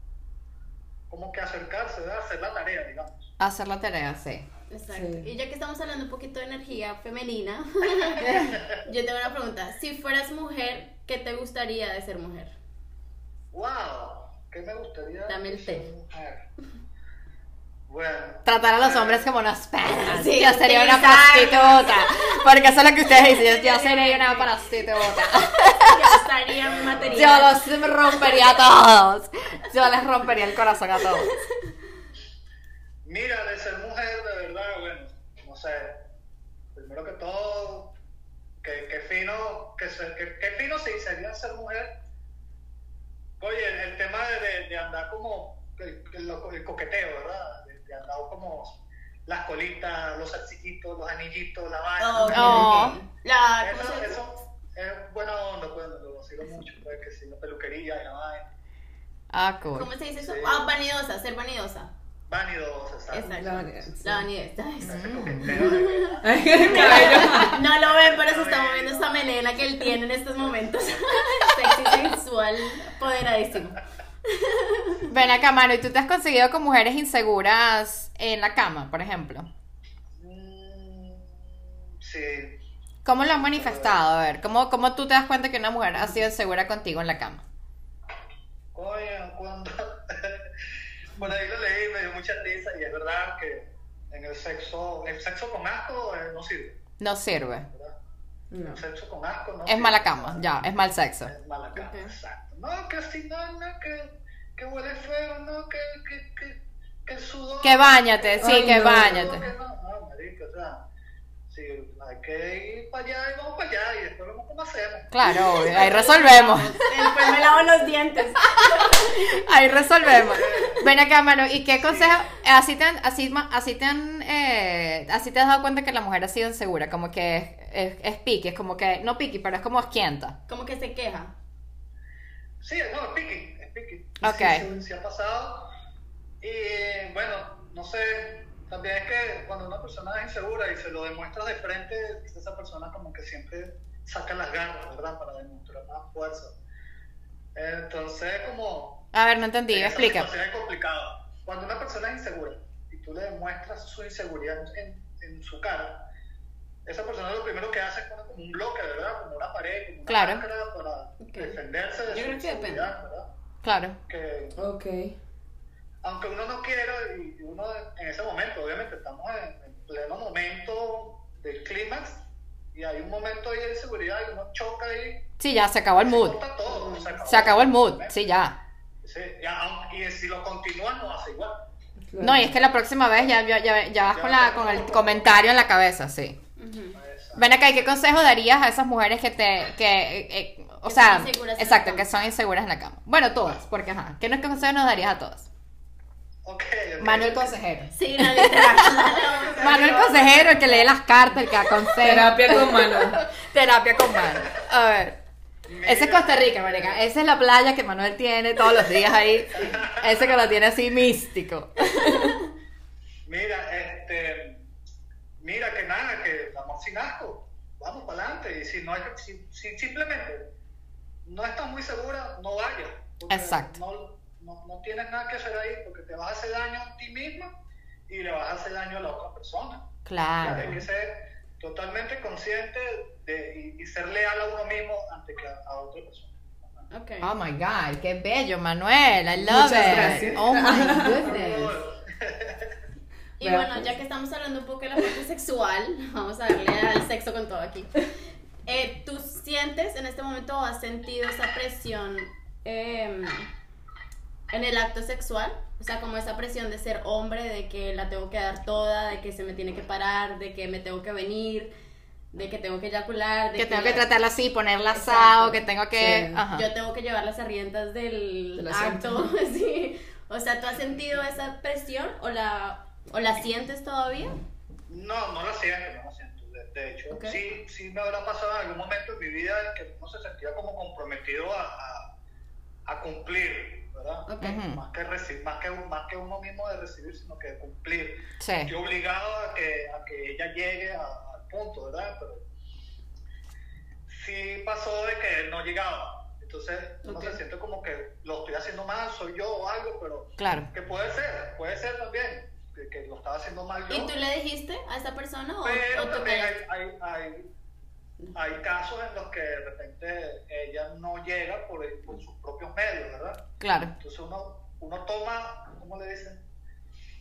como que acercarse, ¿verdad? Hacer la tarea, digamos. Hacer la tarea, sí. Exacto. Sí. Y ya que estamos hablando un poquito de energía femenina, yo tengo una pregunta. Si fueras mujer, ¿qué te gustaría de ser mujer? ¡Wow! ¿Qué me gustaría? Dame el ser té. mujer? Bueno. Tratar a los eh, hombres como unos perros. Sí, yo sería una utilizarlos. prostituta. Porque eso es lo que ustedes dicen. Yo sería una prostituta. ¿Qué gustaría material? Yo los rompería a todos. Yo les rompería el corazón a todos. Mira, de ser mujer, de verdad, bueno, no sé. Primero que todo, qué que fino, que, se- que- que fino sí, sería ser mujer. Oye, el, el tema de, de- de andar como el, el lo- el coqueteo, ¿verdad? De, de andar como las colitas, los salsiquitos, los anillitos, la vaina. Ok, No. ok. La, ¿cómo Eso, se dice? eso es buena onda, pues, lo consigo mucho, pues, que si la peluquería y la vaina. Ah, cool. ¿Cómo se dice eso? Sí. Ah, vanidosa, ser vanidosa. Vanidosa, ¿sabes? Exacto. La vanidad. La vanidad. Ese coqueteo de verdad. Cabello. No lo ven, pero se está moviendo esta melena que él tiene en estos momentos. Sexy, sensual, poderadísimo. Ven acá, mano. ¿Y tú te has conseguido con mujeres inseguras en la cama, por ejemplo? Mm, Sí, ¿Cómo lo has manifestado? A ver, ¿cómo, ¿cómo tú te das cuenta que una mujer ha sido insegura contigo en la cama? Coño, cuando. Por ahí lo leí, me dio mucha risa y es verdad que en el sexo, el sexo con asco eh, no sirve, No sirve. ¿verdad? No. El sexo con asco no Es sirve. mala cama, ya, es mal sexo. Es mala cama, Ok. exacto. No, que si no, no, que, que huele feo, no, que, que, que, que el sudor. Que báñate, sí, Ay, que no. No, que báñate. no, no, marico, o sea, si hay que ir para allá y vamos para allá y después vemos cómo hacemos. Claro, obvio, ahí resolvemos. Después me lavo los dientes. Ahí resolvemos. Ven acá, mano, ¿y qué consejo? Así te han, así, ma- así te han, eh, así te has dado cuenta que la mujer ha sido insegura, como que es, es, es piqui, es como que, no piqui, pero es como asquienta. Como que se queja. Sí, no, es piqui, es piqui. Ok. Sí, sí, sí ha pasado. Y bueno, no sé, también es que cuando una persona es insegura y se lo demuestra de frente, esa persona como que siempre saca las garras, ¿verdad? Para demostrar más fuerza. Entonces, como... A ver, no entendí, esa explica. situación es complicado. Cuando una persona es insegura y tú le demuestras su inseguridad en, en su cara, esa persona lo primero que hace es poner como un bloque, ¿verdad? Como una pared, como una Claro. máscara para Ok. defenderse de Yo su creo que depende. inseguridad, ¿verdad? Claro, que Ok. aunque uno no quiera y uno en ese momento, obviamente estamos en, en pleno momento del clímax y hay un momento ahí de inseguridad y uno choca ahí, sí, ya, se acabó el se mood. corta todo, se acabó, Se acabó el mood, sí, ya. Sí, y, aun- y si lo continúan no hace igual. claro. No, y es que la próxima vez ya, ya, ya- ya vas con, la, con el comentario en la cabeza, sí. Ven acá, ¿y qué consejo darías a esas mujeres que te... Que, eh, eh, o Que sea, son inseguras en la exacto, cama. que son inseguras en la cama. Bueno, todas, porque ajá. ¿Qué nos- qué consejo nos darías a todas? Okay, ok. Manuel Consejero. Sí, no, literal. Manuel Consejero, el que lee las cartas, el que aconseja. Terapia con mano. Terapia con mano. A ver. Ese es Costa Rica, marica. Esa es la playa que Manuel tiene todos los días ahí. Ese que lo tiene así místico. Mira, este, mira que nada, que vamos sin asco, vamos para adelante. Y si no es, si, si simplemente no estás muy segura, no vayas. porque Exacto. No, no, no tienes nada que hacer ahí porque te vas a hacer daño a ti misma y le vas a hacer daño a la otra persona. O sea, Hay Claro. que ser totalmente consciente de, y, y ser leal a uno mismo ante que a, a otra persona. Ok. Oh my God, qué bello, Manuel. I love Muchas it. gracias. Oh my goodness. Y Vea, bueno, pues. ya que estamos hablando un poco de la parte sexual, vamos a darle al sexo con todo aquí. Eh, ¿Tú sientes en este momento o has sentido esa presión eh, en el acto sexual? O sea, como esa presión de ser hombre, de que la tengo que dar toda, de que se me tiene que parar, de que me tengo que venir, de que tengo que eyacular, de Que tengo que la- tratarla así, ponerla Exacto. asado, que tengo que... Sí. Ajá. yo tengo que llevar las riendas del Del asunto. acto. sí. O sea, ¿tú has sentido esa presión o la, o la sientes todavía? No, no lo siento, no lo siento. De, de hecho, Ok. sí, sí me habrá pasado en algún momento en mi vida en que uno se sentía como comprometido a, a- a cumplir, ¿verdad? Ok. Ujú. Más, que reci- más, que, más que uno mismo de recibir, sino que de cumplir. Sí. Yo obligado a que, a que ella llegue a- al punto, ¿verdad? Pero sí pasó de que no llegaba. Entonces, uno Ok. se siente como que lo estoy haciendo mal, soy yo o algo, pero Claro. que puede ser, puede ser también, que, que lo estaba haciendo mal yo. ¿Y tú le dijiste a esa persona o, Pero o tú también hay, callaste? hay, hay, hay casos en los que de repente ella no llega por, por sus propios medios, ¿verdad? Claro. Entonces uno, uno toma, ¿cómo le dicen?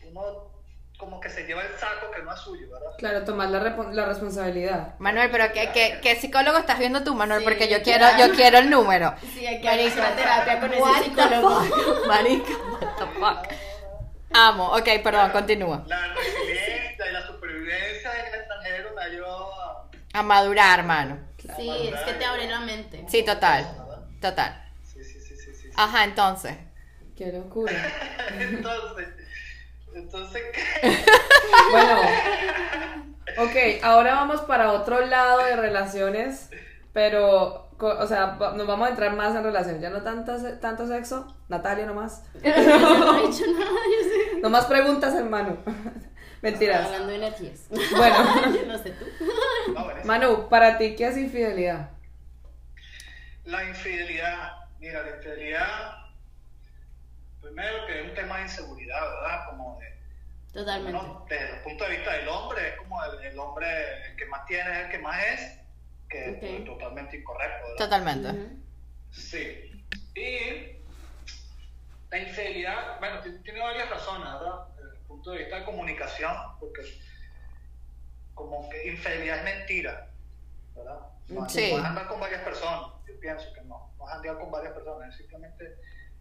Uno como que se lleva el saco que no es suyo, ¿verdad? Claro, tomar la, repon- la responsabilidad. Manuel, pero ¿qué, qué, qué psicólogo estás viendo tú, Manuel? Sí, Porque yo ya. quiero, yo quiero el número. Sí, hay que hacer una terapia con What ese the psicólogo. fuck? Marica, what the fuck. Amo. Ok, perdón, continúa. La resiliencia y la supervivencia en el extranjero me ayudó a... A madurar, hermano. Sí, es que te abre la mente. Sí, total. Total. Sí, sí, sí, sí, sí. sí. Ajá, entonces. Qué locura. Entonces, entonces, ¿qué? Bueno, ok, ahora vamos para otro lado de relaciones, pero, co- o sea, va- nos vamos a entrar más en relaciones, ya no tanto, se- tanto sexo, Natalia nomás, no he dicho nada, yo sé. nomás preguntas, hermano, mentiras. Hablando de energías. Bueno, no sé tú. No, bueno, Manu, para ti, ¿qué es infidelidad? La infidelidad, mira, la infidelidad, primero que es un tema de inseguridad, ¿verdad? Como de, Totalmente. bueno, desde el punto de vista del hombre, es como el, el hombre el que más tiene es el que más es, que Ok. es totalmente incorrecto, ¿verdad? Totalmente. Ujú. Sí. Y la infidelidad, bueno, ti- tiene varias razones, ¿verdad? Desde el punto de vista de comunicación, porque como que infidelidad es mentira, ¿verdad? No, Sí. no has andado con varias personas, yo pienso que no, no has andado con varias personas, es simplemente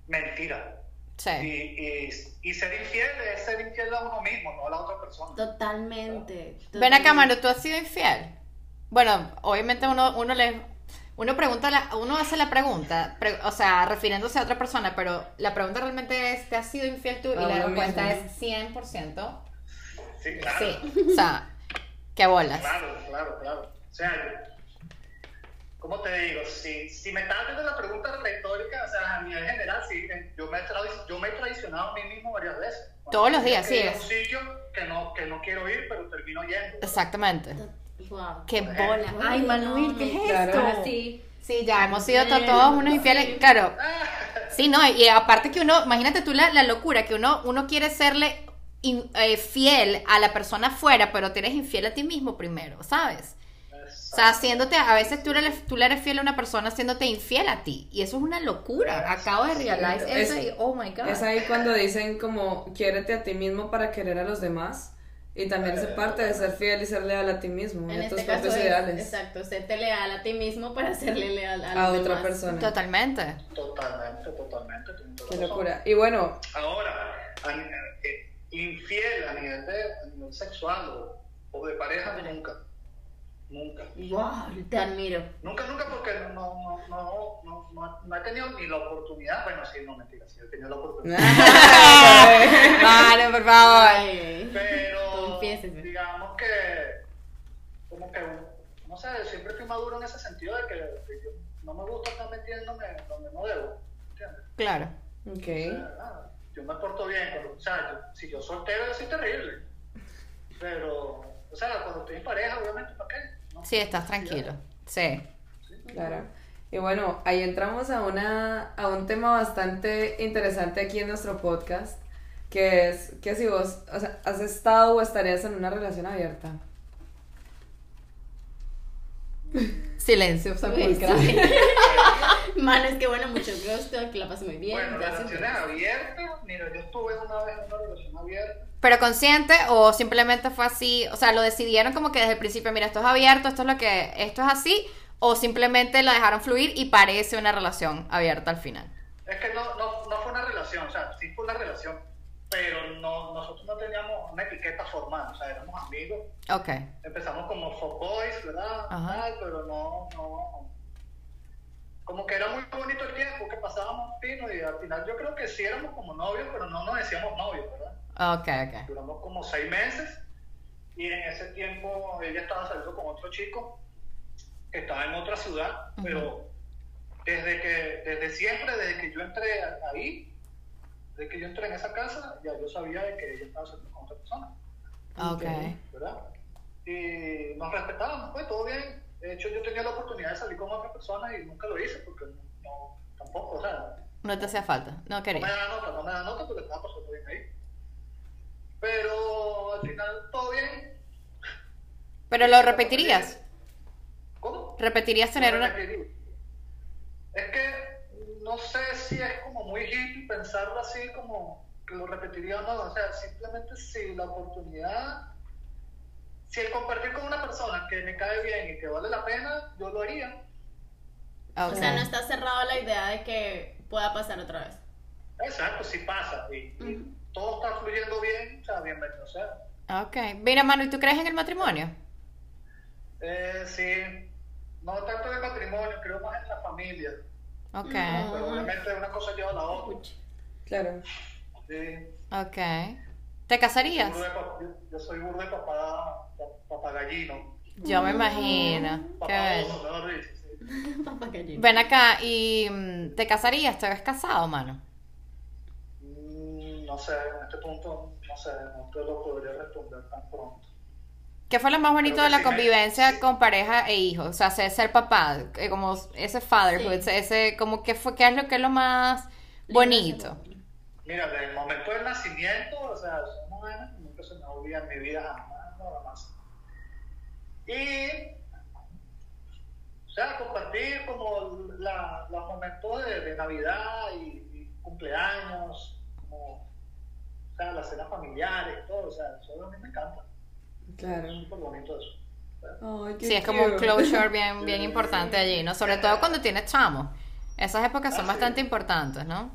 mentira. Y, Sí. y, y ser infiel es ser infiel a uno mismo, no a la otra persona. Totalmente. Ven acá, totalmente. Manu, ¿tú has sido infiel? Bueno, obviamente uno, uno le... Uno pregunta, la- uno hace la pregunta, pre- o sea, refiriéndose a otra persona, pero la pregunta realmente es, ¿te has sido infiel tú? Y A la uno respuesta mismo. es 100%. Sí, claro. Sí. O sea, qué bolas. Claro, claro, claro. O sea, ¿cómo te digo? Si, si me estás haciendo la pregunta retórica, o sea, a nivel general, sí, eh, yo me, he trai- yo me he traicionado a mí mismo varias veces. Todos los días, Yo quería sí, un sitio que no, que no quiero ir, pero termino yendo. Exactamente. Wow. Qué bola. Ay, Manuel, ¿qué es Claro. esto? Sí. Sí, ya hemos sido to- Eh, todos unos infieles. Claro. Ah, Sí, no, y aparte que uno, imagínate tú la, la locura, que uno, uno quiere serle in- eh, fiel a la persona afuera, pero te eres infiel a ti mismo primero, ¿sabes? O sea, haciéndote, a veces tú le, tú le eres fiel a una persona haciéndote infiel a ti. Y eso es una locura. Acabo de realize eso Es- y, oh my God. Es ahí cuando dicen como, quiérete a ti mismo para querer a los demás, y también es parte de ser fiel y ser leal a ti mismo, y En a tus este caso, propios es, ideales, exacto, serte leal a ti mismo para serle leal a, a los otra demás. persona. Totalmente. totalmente, totalmente. tienes toda Qué la razón. locura. Y bueno, Ahora, a ni- eh, infiel a nivel, de, a nivel sexual o, o de pareja, nunca. Nunca. Wow, te admiro. Nunca, nunca, porque no, no, no, no, no, no, no he tenido ni la oportunidad. Bueno, sí, no, mentira, sí he tenido la oportunidad. Vale, por favor. Ay. Pero, Confiésese. digamos que, como que, no sé, siempre fui maduro en ese sentido de que, de que no me gusta estar metiéndome donde no debo. ¿entiendes? Claro. ok. Ah, Yo me porto bien, pero, o sea, yo- si yo soltero, yo soy terrible. Pero, o sea, cuando estoy en pareja, obviamente, ¿para qué? ¿No? Sí, estás tranquilo. Sí. Claro. Y bueno, ahí entramos a, una, a un tema bastante interesante aquí en nuestro podcast, que es que si vos o sea, has estado o estarías en una relación abierta. Silencio sepulcral. Mano, es que bueno, mucho gusto, que la pasé muy bien. bueno, gracias. relaciones abiertas, mira, yo estuve una vez en una relación abierta. ¿Pero consciente o simplemente fue así? O sea, lo decidieron como que desde el principio, mira, esto es abierto, esto es lo que, esto es así, o simplemente la dejaron fluir y parece una relación abierta al final. Es que no, no, no fue una relación, o sea, sí fue una relación, pero no, nosotros no teníamos una etiqueta formal, o sea, éramos amigos. Ok. Empezamos como fuck boys, ¿verdad? Ajá. Tal, pero no, no. Como que era muy bonito el tiempo que pasábamos fino y al final yo creo que sí éramos como novios, pero no nos decíamos novios, ¿verdad? Ok, ok. Duramos como seis meses y en ese tiempo ella estaba saliendo con otro chico que estaba en otra ciudad, pero desde que, desde siempre, desde que yo entré a- ahí, desde que yo entré en esa casa, ya yo sabía de que ella estaba saliendo con otra persona, Ok. ¿verdad? Y nos respetábamos, pues todo bien. De hecho, yo tenía la oportunidad de salir con otra persona y nunca lo hice porque no, no- tampoco, o sea, No te hacía falta. No no me quería. da nota, no me da nota porque estaba pasando bien ahí. Pero al final todo bien. Pero lo repetirías. ¿Cómo? Repetirías tener No una. repetí. Es que no sé si es como muy hippie pensarlo así como que lo repetiría o no. O sea, simplemente si la oportunidad, si el compartir con una persona que me cae bien y que vale la pena, yo lo haría. O sea, no Ok. está cerrado la idea de que pueda pasar otra vez. Exacto, si pasa. Y, y todo está fluyendo bien, o sea, bienvenido sea. Ok. Mira, Manu, ¿y tú crees en el matrimonio? Eh, sí, no tanto de matrimonio, creo más en la familia. Ok. No. Pero obviamente una cosa lleva a la otra. Puch. Claro. Sí. Ok. ¿Te casarías? Burro de pap- Yo, yo soy burro de papá, pa- papagallino. Yo me imagino. Qué bello. Papagoso, mejor dicho, sí. Papagallino. Ven acá y mm, te casarías, te ves casado, mano. Mm, No sé, en este punto, no sé, no te lo podría responder tan pronto. ¿Qué fue lo más bonito Creo de que la sí me- convivencia con pareja e hijos? O sea, ser, ser papá, eh, como ese fatherhood, Sí. ese, como que fue, qué es lo que es lo más bonito. Mira, desde el momento del nacimiento, o sea, son mujeres que nunca se me olvida en mi vida jamás, nada más. Y, o sea, compartir como la, los momentos de, de Navidad y, y cumpleaños, como, o sea, las cenas familiares, todo, o sea, eso a mí me encanta. Claro. Es súper bonito eso. Ay, qué Sí, es como un cute. closure bien, bien importante allí, ¿no? Sobre todo cuando tienes chamos. Esas épocas son Ah, sí. bastante importantes, ¿no?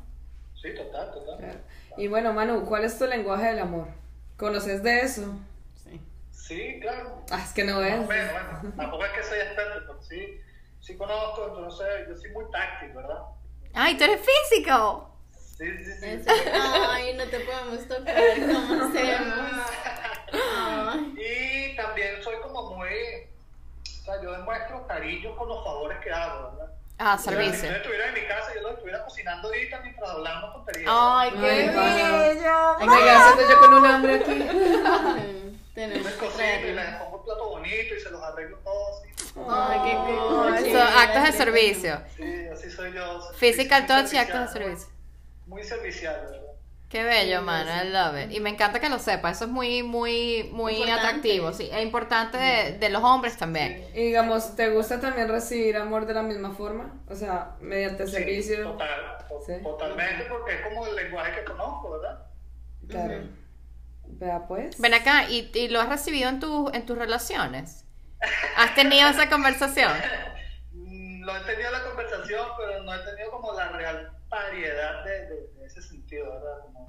Sí, total, total. Claro. Y bueno, Manu, ¿cuál es tu lenguaje del amor? ¿Conoces de eso? Sí. Sí, claro. Ah, es que no Más es. o menos, bueno, tampoco es que soy experto, pero sí, sí conozco, entonces yo soy muy táctil, ¿verdad? ¡Ay, tú eres físico! Sí, sí, sí. En serio. Ay, no te podemos tocar. ¿Cómo hacemos? Ay. Y también soy como muy, o sea, yo demuestro cariño con los favores que hago, ¿verdad? Ah, O sea, Si servicio. yo estuviera en mi casa, yo lo estuviera cocinando ahorita mientras hablamos tonterías. Ay, Ay, qué pana. bello. Oiga, siento yo con un hambre aquí. Ay, Yo Tenemos les que cocino y les traerla. pongo un plato bonito y se los arreglo todo así. Ay, qué Son cool. actos de servicio. Sí, así soy yo. soy- Physical soy touch y servicial, actos de servicio. Muy servicial, ¿verdad? Qué bello, mano, I love it. Y me encanta que lo sepa, eso es muy, muy, muy Importante. atractivo, sí. Es importante de, de los hombres también. Y digamos, ¿te gusta también recibir amor de la misma forma? O sea, mediante Sí, servicio. total, to- Sí. Totalmente, porque es como el lenguaje que conozco, ¿verdad? Claro. Vea pues. Ven acá, ¿y, y lo has recibido en, tu, en tus relaciones? ¿Has tenido esa conversación? Mm, Lo he tenido la conversación, pero no he tenido como la real variedad de, de- de ese sentido, ¿verdad? Como-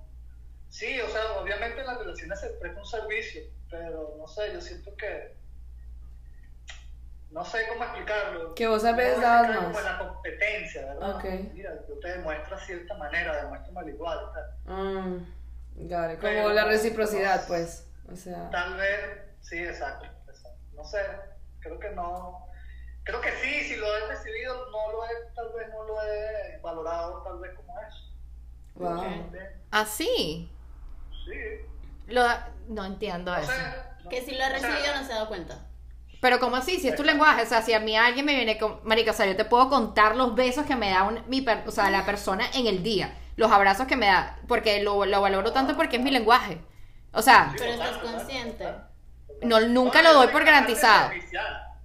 sí, o sea, obviamente en las relaciones se presta un servicio, pero no sé, yo siento que. No sé cómo explicarlo. Que vos a veces No dabas es Como más. la competencia, ¿verdad? Ok. Mira, yo te demuestro de cierta manera, demuéstrame al igual, tal. Mm, got it. Como Pero- la reciprocidad, pues. O sea. Tal vez, sí, exacto, exacto. No sé, creo que no. Creo que sí, si lo he recibido, no lo he, tal vez no lo he valorado, tal vez como es. Wow. Sí, ¿Así? sí. ¿Ah, Lo, no entiendo O eso. sea, Que si lo ha recibido no se ha dado cuenta. Pero ¿cómo así? Si es tu lenguaje, o sea, si a mí alguien me viene con... Marica, o sea, yo te puedo contar los besos que me da un- mi per- o sea, la persona en el día, los abrazos que me da, porque lo, lo valoro tanto porque es mi lenguaje. O sea, Pero estás consciente. no, nunca lo doy por garantizado.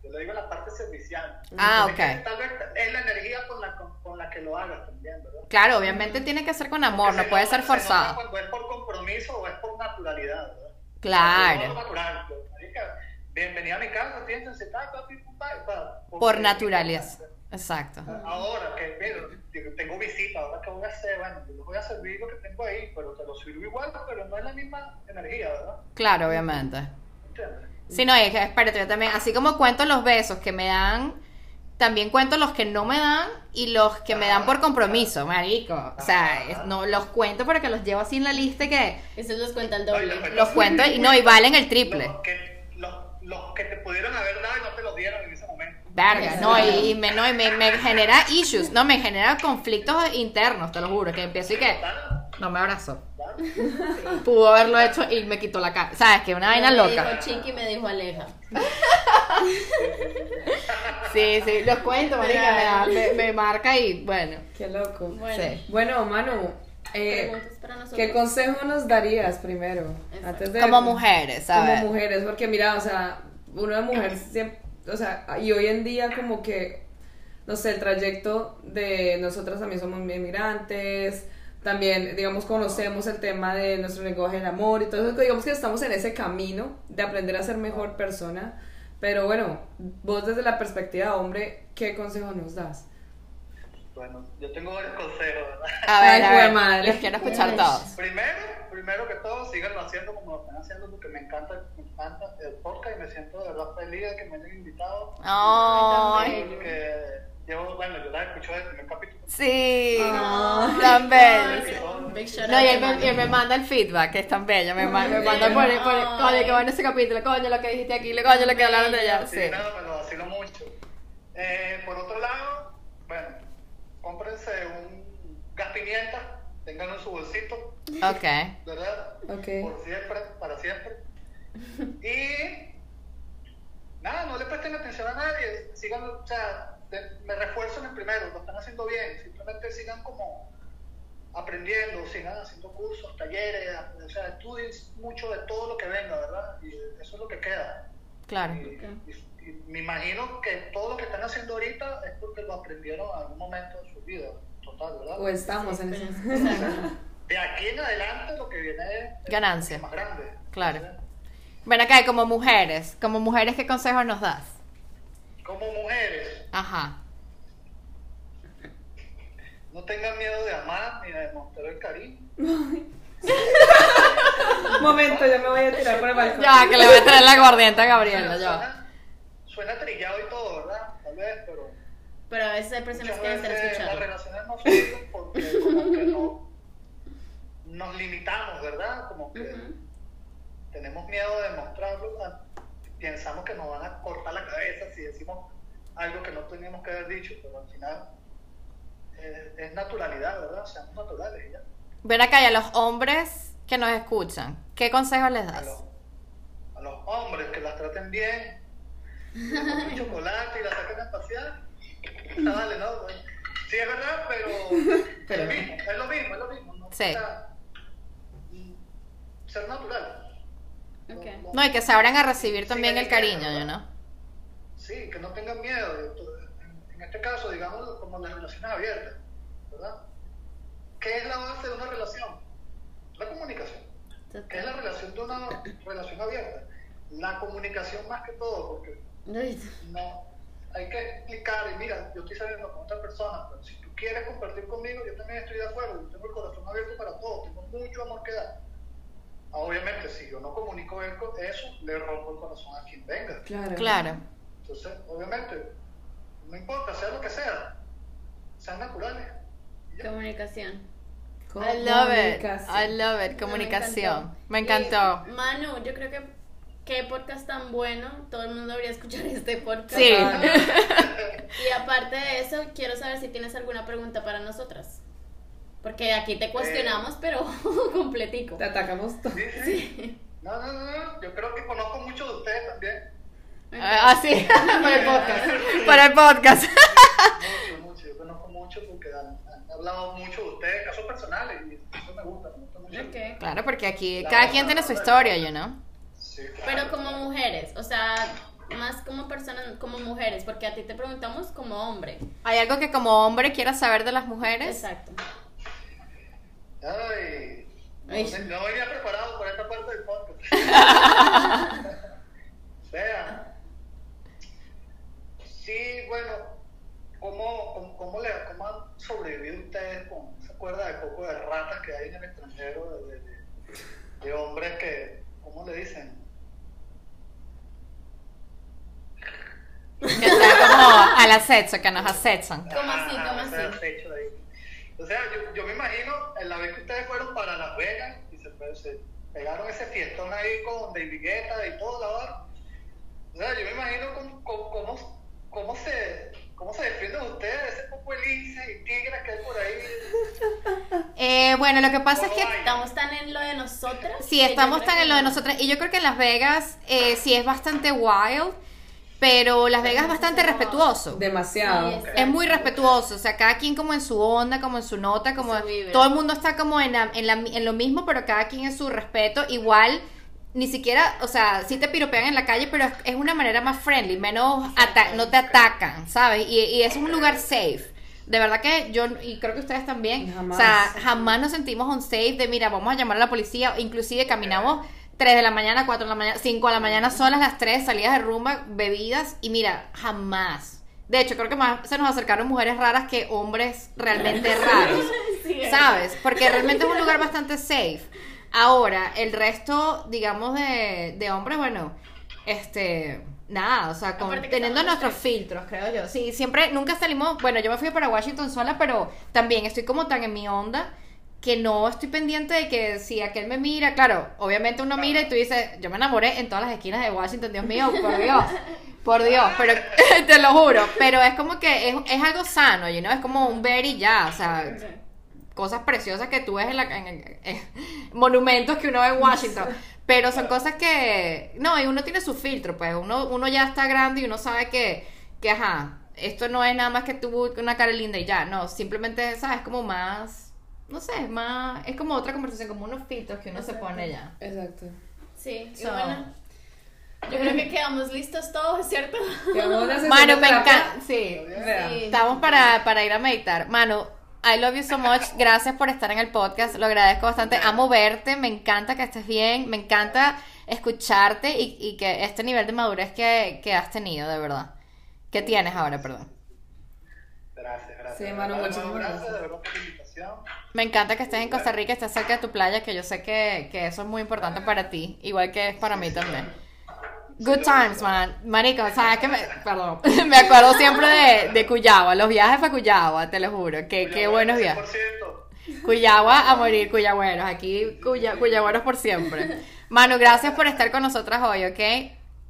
Yo le digo la parte servicial. Ah, Porque ok. Tal vez es la energía con la, con, con la que lo hagas también, ¿verdad? Claro, obviamente tiene que ser con amor, no Se puede nota- ser se nota forzado. Cuando es por compromiso o es por naturalidad, ¿verdad? Por Claro, natural, pues, marica, Bienvenida a mi casa, piénsense, tal, tal, pim, pum, tal, tal, por porque- naturaleza. Exacto. Ahora que mira, tengo visita, ahora que voy a hacer, bueno, yo les voy a servir lo que tengo ahí, pero te lo sirvo igual, pero no es la misma energía, ¿verdad? Claro, obviamente. ¿Entiendes? Sí, no, y es que, espérate, yo también, así como cuento los besos que me dan, también cuento los que no me dan y los que me dan por compromiso, marico. O sea, es- no los cuento porque los llevo así en la lista y que Esos los cuentan doble. los cuento y no, y valen el triple. Los que, los, los que te pudieron haber dado y no te los dieron en ese momento. Verga, no, y, y me, no, y me, me genera issues, no, me genera conflictos internos, te lo juro, que empiezo y que Claro, no me abrazó. claro. Pudo haberlo hecho y me quitó la cara. ¿Sabes? Que una vaina Me dijo loca. Chiqui, me dijo Aleja. Sí, sí, los cuento, marica, me, da- me, me marca y bueno. Qué loco. Bueno, Sí. Bueno, Manu, eh, preguntas para nosotros. ¿qué consejo nos darías primero? Antes de- Como mujeres, ¿sabes? Como mujeres, porque mira, o sea, uno de mujer siempre, o sea, y hoy en día como que, no sé, el trayecto de nosotras también somos inmigrantes, también, digamos, conocemos el tema de nuestro lenguaje del amor y todo eso, que digamos que estamos en ese camino de aprender a ser mejor persona, pero bueno, vos desde la perspectiva de hombre, ¿qué consejo nos das? Bueno, yo tengo varios consejos, ¿verdad? A ver, Ay, a jue ver, madre. los quiero escuchar Uy. todos. Primero, primero que todo, síganlo haciendo como lo están haciendo porque me encanta, me encanta el podcast y me siento de verdad feliz de que me hayan invitado. Ay, Porque yo, bueno, yo las escucho desde el primer capítulo. sí, Ay, tan Ay, bello. sí. Big shout No, out y él to Manu. me, y él me manda el feedback, que es tan bello. Me, ma- me manda por, por, coño, que bueno ese capítulo, coño, lo que dijiste aquí, lo- coño, lo que hablaron de allá. Sí, Sí. nada, me lo vacilo mucho. Eh, por otro lado, bueno, cómprense un gas pimienta, tengan en su bolsito, Ok. ¿verdad? Ok. Por siempre, para siempre. Y nada, no le presten atención a nadie, sigan, o sea, de- me refuerzo en el primero, lo están haciendo bien, simplemente sigan como aprendiendo, sigan haciendo cursos, talleres, o sea, estudien mucho de todo lo que venga, ¿verdad? Y eso es lo que queda. Claro. Y- y- y me imagino que todo lo que están haciendo ahorita es porque lo aprendieron en algún momento de su vida, total, ¿verdad? O estamos en ese... de aquí en adelante lo que viene es, es Ganancia. más grande. Claro. Entonces, Ven acá, y como mujeres, como mujeres, ¿qué consejos nos das? Como mujeres, Ajá. no tengan miedo de amar ni de demostrar el cariño. Momento, ya me voy a tirar por el balcón. Ya, que le voy a traer la guardienta a Bueno, Gabriela, yo. suena, suena trillado y todo, ¿verdad? Tal vez, pero Pero a veces hay personas muchas que están veces las escuchando. relaciones no surgen porque como que no, nos limitamos, ¿verdad? Como que tenemos miedo de mostrarlo, a- pensamos que nos van a cortar la cabeza si decimos algo que no teníamos que haber dicho, pero al final eh, es naturalidad, ¿verdad? Seamos naturales y ya. Ven acá, y a los hombres que nos escuchan, ¿qué consejos les A das? los, a los hombres que las traten bien, que coman chocolate y las saquen a pasear. Ah, vale, no, bueno. Sí, es verdad, pero, es, lo mismo, es lo mismo, es lo mismo. ¿no? Sí. O sea, mm, ser natural. No- Ok. no- No, y que se abran a recibir también el cariño, yo no. Sí, que no tengan miedo. En- En este caso, digamos, como las relaciones abiertas, ¿verdad? ¿Qué es la base de una relación? La comunicación. ¿Qué es la relación de una relación abierta? La comunicación más que todo, porque no hay que explicar, y mira, yo estoy saliendo con otra persona, pero si tú quieres compartir conmigo, yo también estoy de acuerdo, yo tengo el corazón abierto para todo, tengo mucho amor que dar. Ah, Obviamente, si yo no comunico el co- eso, le rompo el corazón a quien venga. Claro. Claro. Entonces, obviamente, no importa, sea lo que sea, sean naturales. Y ya. Comunicación. I love it. I Oh, Comunicación. love it. Comunicación. Me encantó. Y, Manu, yo creo que qué podcast tan bueno. Todo el mundo debería escuchar este podcast. Sí. Y aparte de eso, quiero saber si tienes alguna pregunta para nosotras. Porque aquí te cuestionamos, pero completico. Te atacamos todo. Sí, sí. No, no, no, no, yo creo que conozco mucho de ustedes también. Así, para el podcast. Ah, Para el podcast. Mucho, mucho, yo conozco mucho porque han, han hablado mucho de ustedes, casos personales, y eso me gusta, me gusta mucho. Ok. Claro, porque aquí cada quien tiene su historia, you know. Sí, Pero claro. como mujeres, o sea, más como personas, como mujeres, porque a ti te preguntamos como hombre. Hay algo que como hombre quieras saber de las mujeres. Exacto. Ay, no, Ay. sé, no venía preparado para esta parte del podcast. Vea. Sí, bueno, ¿cómo, cómo, cómo le, cómo han sobrevivido ustedes con esa cuerda de coco de ratas que hay en el extranjero, de, de- de- de hombres que, ¿cómo le dicen? Que sea como al acecho, que nos acechan. ¿Cómo así? Ah, ¿Cómo o sea, así? pecho ahí. O sea, yo, yo me imagino en la vez que ustedes fueron para Las Vegas y se, fue- se pegaron ese fiestón ahí con David Guetta y todo la hora. O sea, yo me imagino cómo, cómo, cómo, cómo se, cómo se defienden ustedes de ese poco de lince y tigres que hay por ahí. Eh, bueno, lo que pasa es que Estamos tan en lo de nosotras. Sí, que yo estamos creo tan que en lo de no. nosotras. Y yo creo que en Las Vegas eh, sí es bastante wild, pero Las Vegas es bastante respetuoso. Demasiado. Sí, es- Es muy respetuoso, o sea, cada quien como en su onda, como en su nota, como Su vibra. todo el mundo está como en, la- en, la- en lo mismo, pero cada quien en su respeto. Igual, ni siquiera, o sea, sí te piropean en la calle, pero es, es una manera más friendly, menos ata- no te atacan, ¿sabes? Y, y es un lugar safe. De verdad que yo, y creo que ustedes también, Jamás. o sea, jamás nos sentimos on safe de, mira, vamos a llamar a la policía, inclusive caminamos 3 de la mañana, 4 de la mañana, 5 de la mañana, solas las 3, salidas de rumba, bebidas, y mira, jamás. De hecho, creo que más se nos acercaron mujeres raras que hombres realmente raros, Sí, es. ¿sabes? Porque realmente es un lugar bastante safe. Ahora, el resto, digamos, de, de hombres, bueno, este, nada, o sea, con- Aparte que teniendo estamos nuestros filtros, creo yo. Sí, siempre, nunca salimos, bueno, yo me fui para Washington sola, pero también estoy como tan en mi onda que no estoy pendiente de que si aquel me mira, claro, obviamente uno mira y tú dices, yo me enamoré en todas las esquinas de Washington, Dios mío, por Dios, por Dios, pero te lo juro, pero es como que es, es algo sano, you know, es como un ver y ya, o sea, cosas preciosas que tú ves en la en- en- en- monumentos que uno ve en Washington. Pero son cosas que. No, y uno tiene su filtro, pues. Uno, uno ya está grande y uno sabe que, que, ajá, esto no es nada más que tú una cara linda y ya. No, simplemente, ¿sabes? Como más. No sé, es más. Es como otra conversación, como unos filtros que uno se pone ya. Exacto. Sí, y So. bueno. Yo creo que quedamos listos todos, ¿cierto? Tenemos una sesión de Mano, me terapia. encanta. Sí. Vea. Sí. Estamos para, para ir a meditar. Mano, I love you so much. Gracias por estar en el podcast. Lo agradezco bastante. Amo verte. Me encanta que estés bien. Me encanta escucharte y, y que este nivel de madurez que, que has tenido, de verdad. Que tienes ahora, perdón. Gracias, gracias. Sí, Manu, Bueno, muchísimas gracias. gracias. de verdad por la invitación. Me encanta que estés en Costa Rica, estés cerca de tu playa, que yo sé que, que eso es muy importante para ti, igual que es para mí también. Good times, man. Marico, o sea, es que me, perdón, me acuerdo siempre de, de Cuyagua, los viajes para Cuyagua, te lo juro, que, qué Oye, buenos gracias, viajes. Por cierto, Cuyagua a morir, cuyagüeros. Aquí cuya, cuyagüeros por siempre. Manu, gracias por estar con nosotras hoy, ¿ok?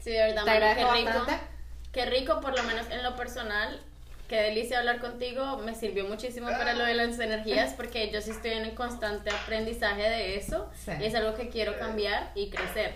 Sí, de Te verdad, Manu, agradezco qué rico. bastante. Qué rico, por lo menos en lo personal. Qué delicia hablar contigo. Me sirvió muchísimo para lo de las energías porque yo sí estoy en un constante aprendizaje de eso. Sí. Y es algo que quiero cambiar y crecer.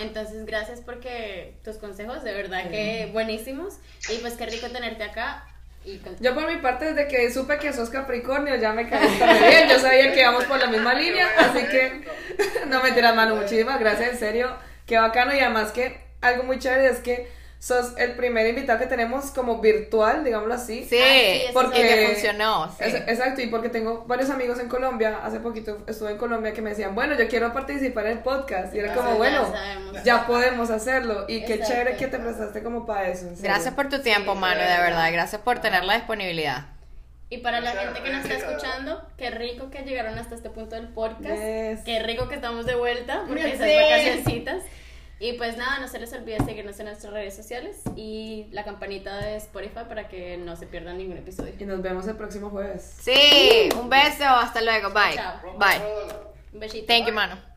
Entonces, gracias porque tus consejos, de verdad que buenísimos. Y pues qué rico tenerte acá. Y con- Yo por mi parte, desde que supe que sos Capricornio, ya me caíste muy bien. Yo sabía que íbamos por la misma línea, así que no me tiras mano. Muchísimas gracias, en serio. Qué bacano. Y además que algo muy chévere es que sos el primer invitado que tenemos como virtual, digámoslo así. Sí, sí, eso porque es que otro. funcionó. sí. Es- exacto, y porque tengo varios amigos en Colombia, hace poquito estuve en Colombia que me decían, bueno, yo quiero participar en el podcast. Ah, Y era como, Entonces, ya bueno, sabemos. ya podemos hacerlo. Y qué Exacto. chévere que te prestaste como para eso. en serio. Gracias por tu tiempo, Sí, Manu, de de verdad. verdad. Gracias por tener la disponibilidad. Y para la Muchas gente que nos está gracias. escuchando, qué rico que llegaron hasta este punto del podcast. Yes. Qué rico que estamos de vuelta porque esas Sí. vacacioncitas. Y pues nada, no se les olvide seguirnos en nuestras redes sociales y la campanita de Spotify para que no se pierdan ningún episodio. Y nos vemos el próximo jueves. Uh. Sí, un beso, hasta luego, bye. Chao. Bye. Roll. Un besito. Thank you, Manu.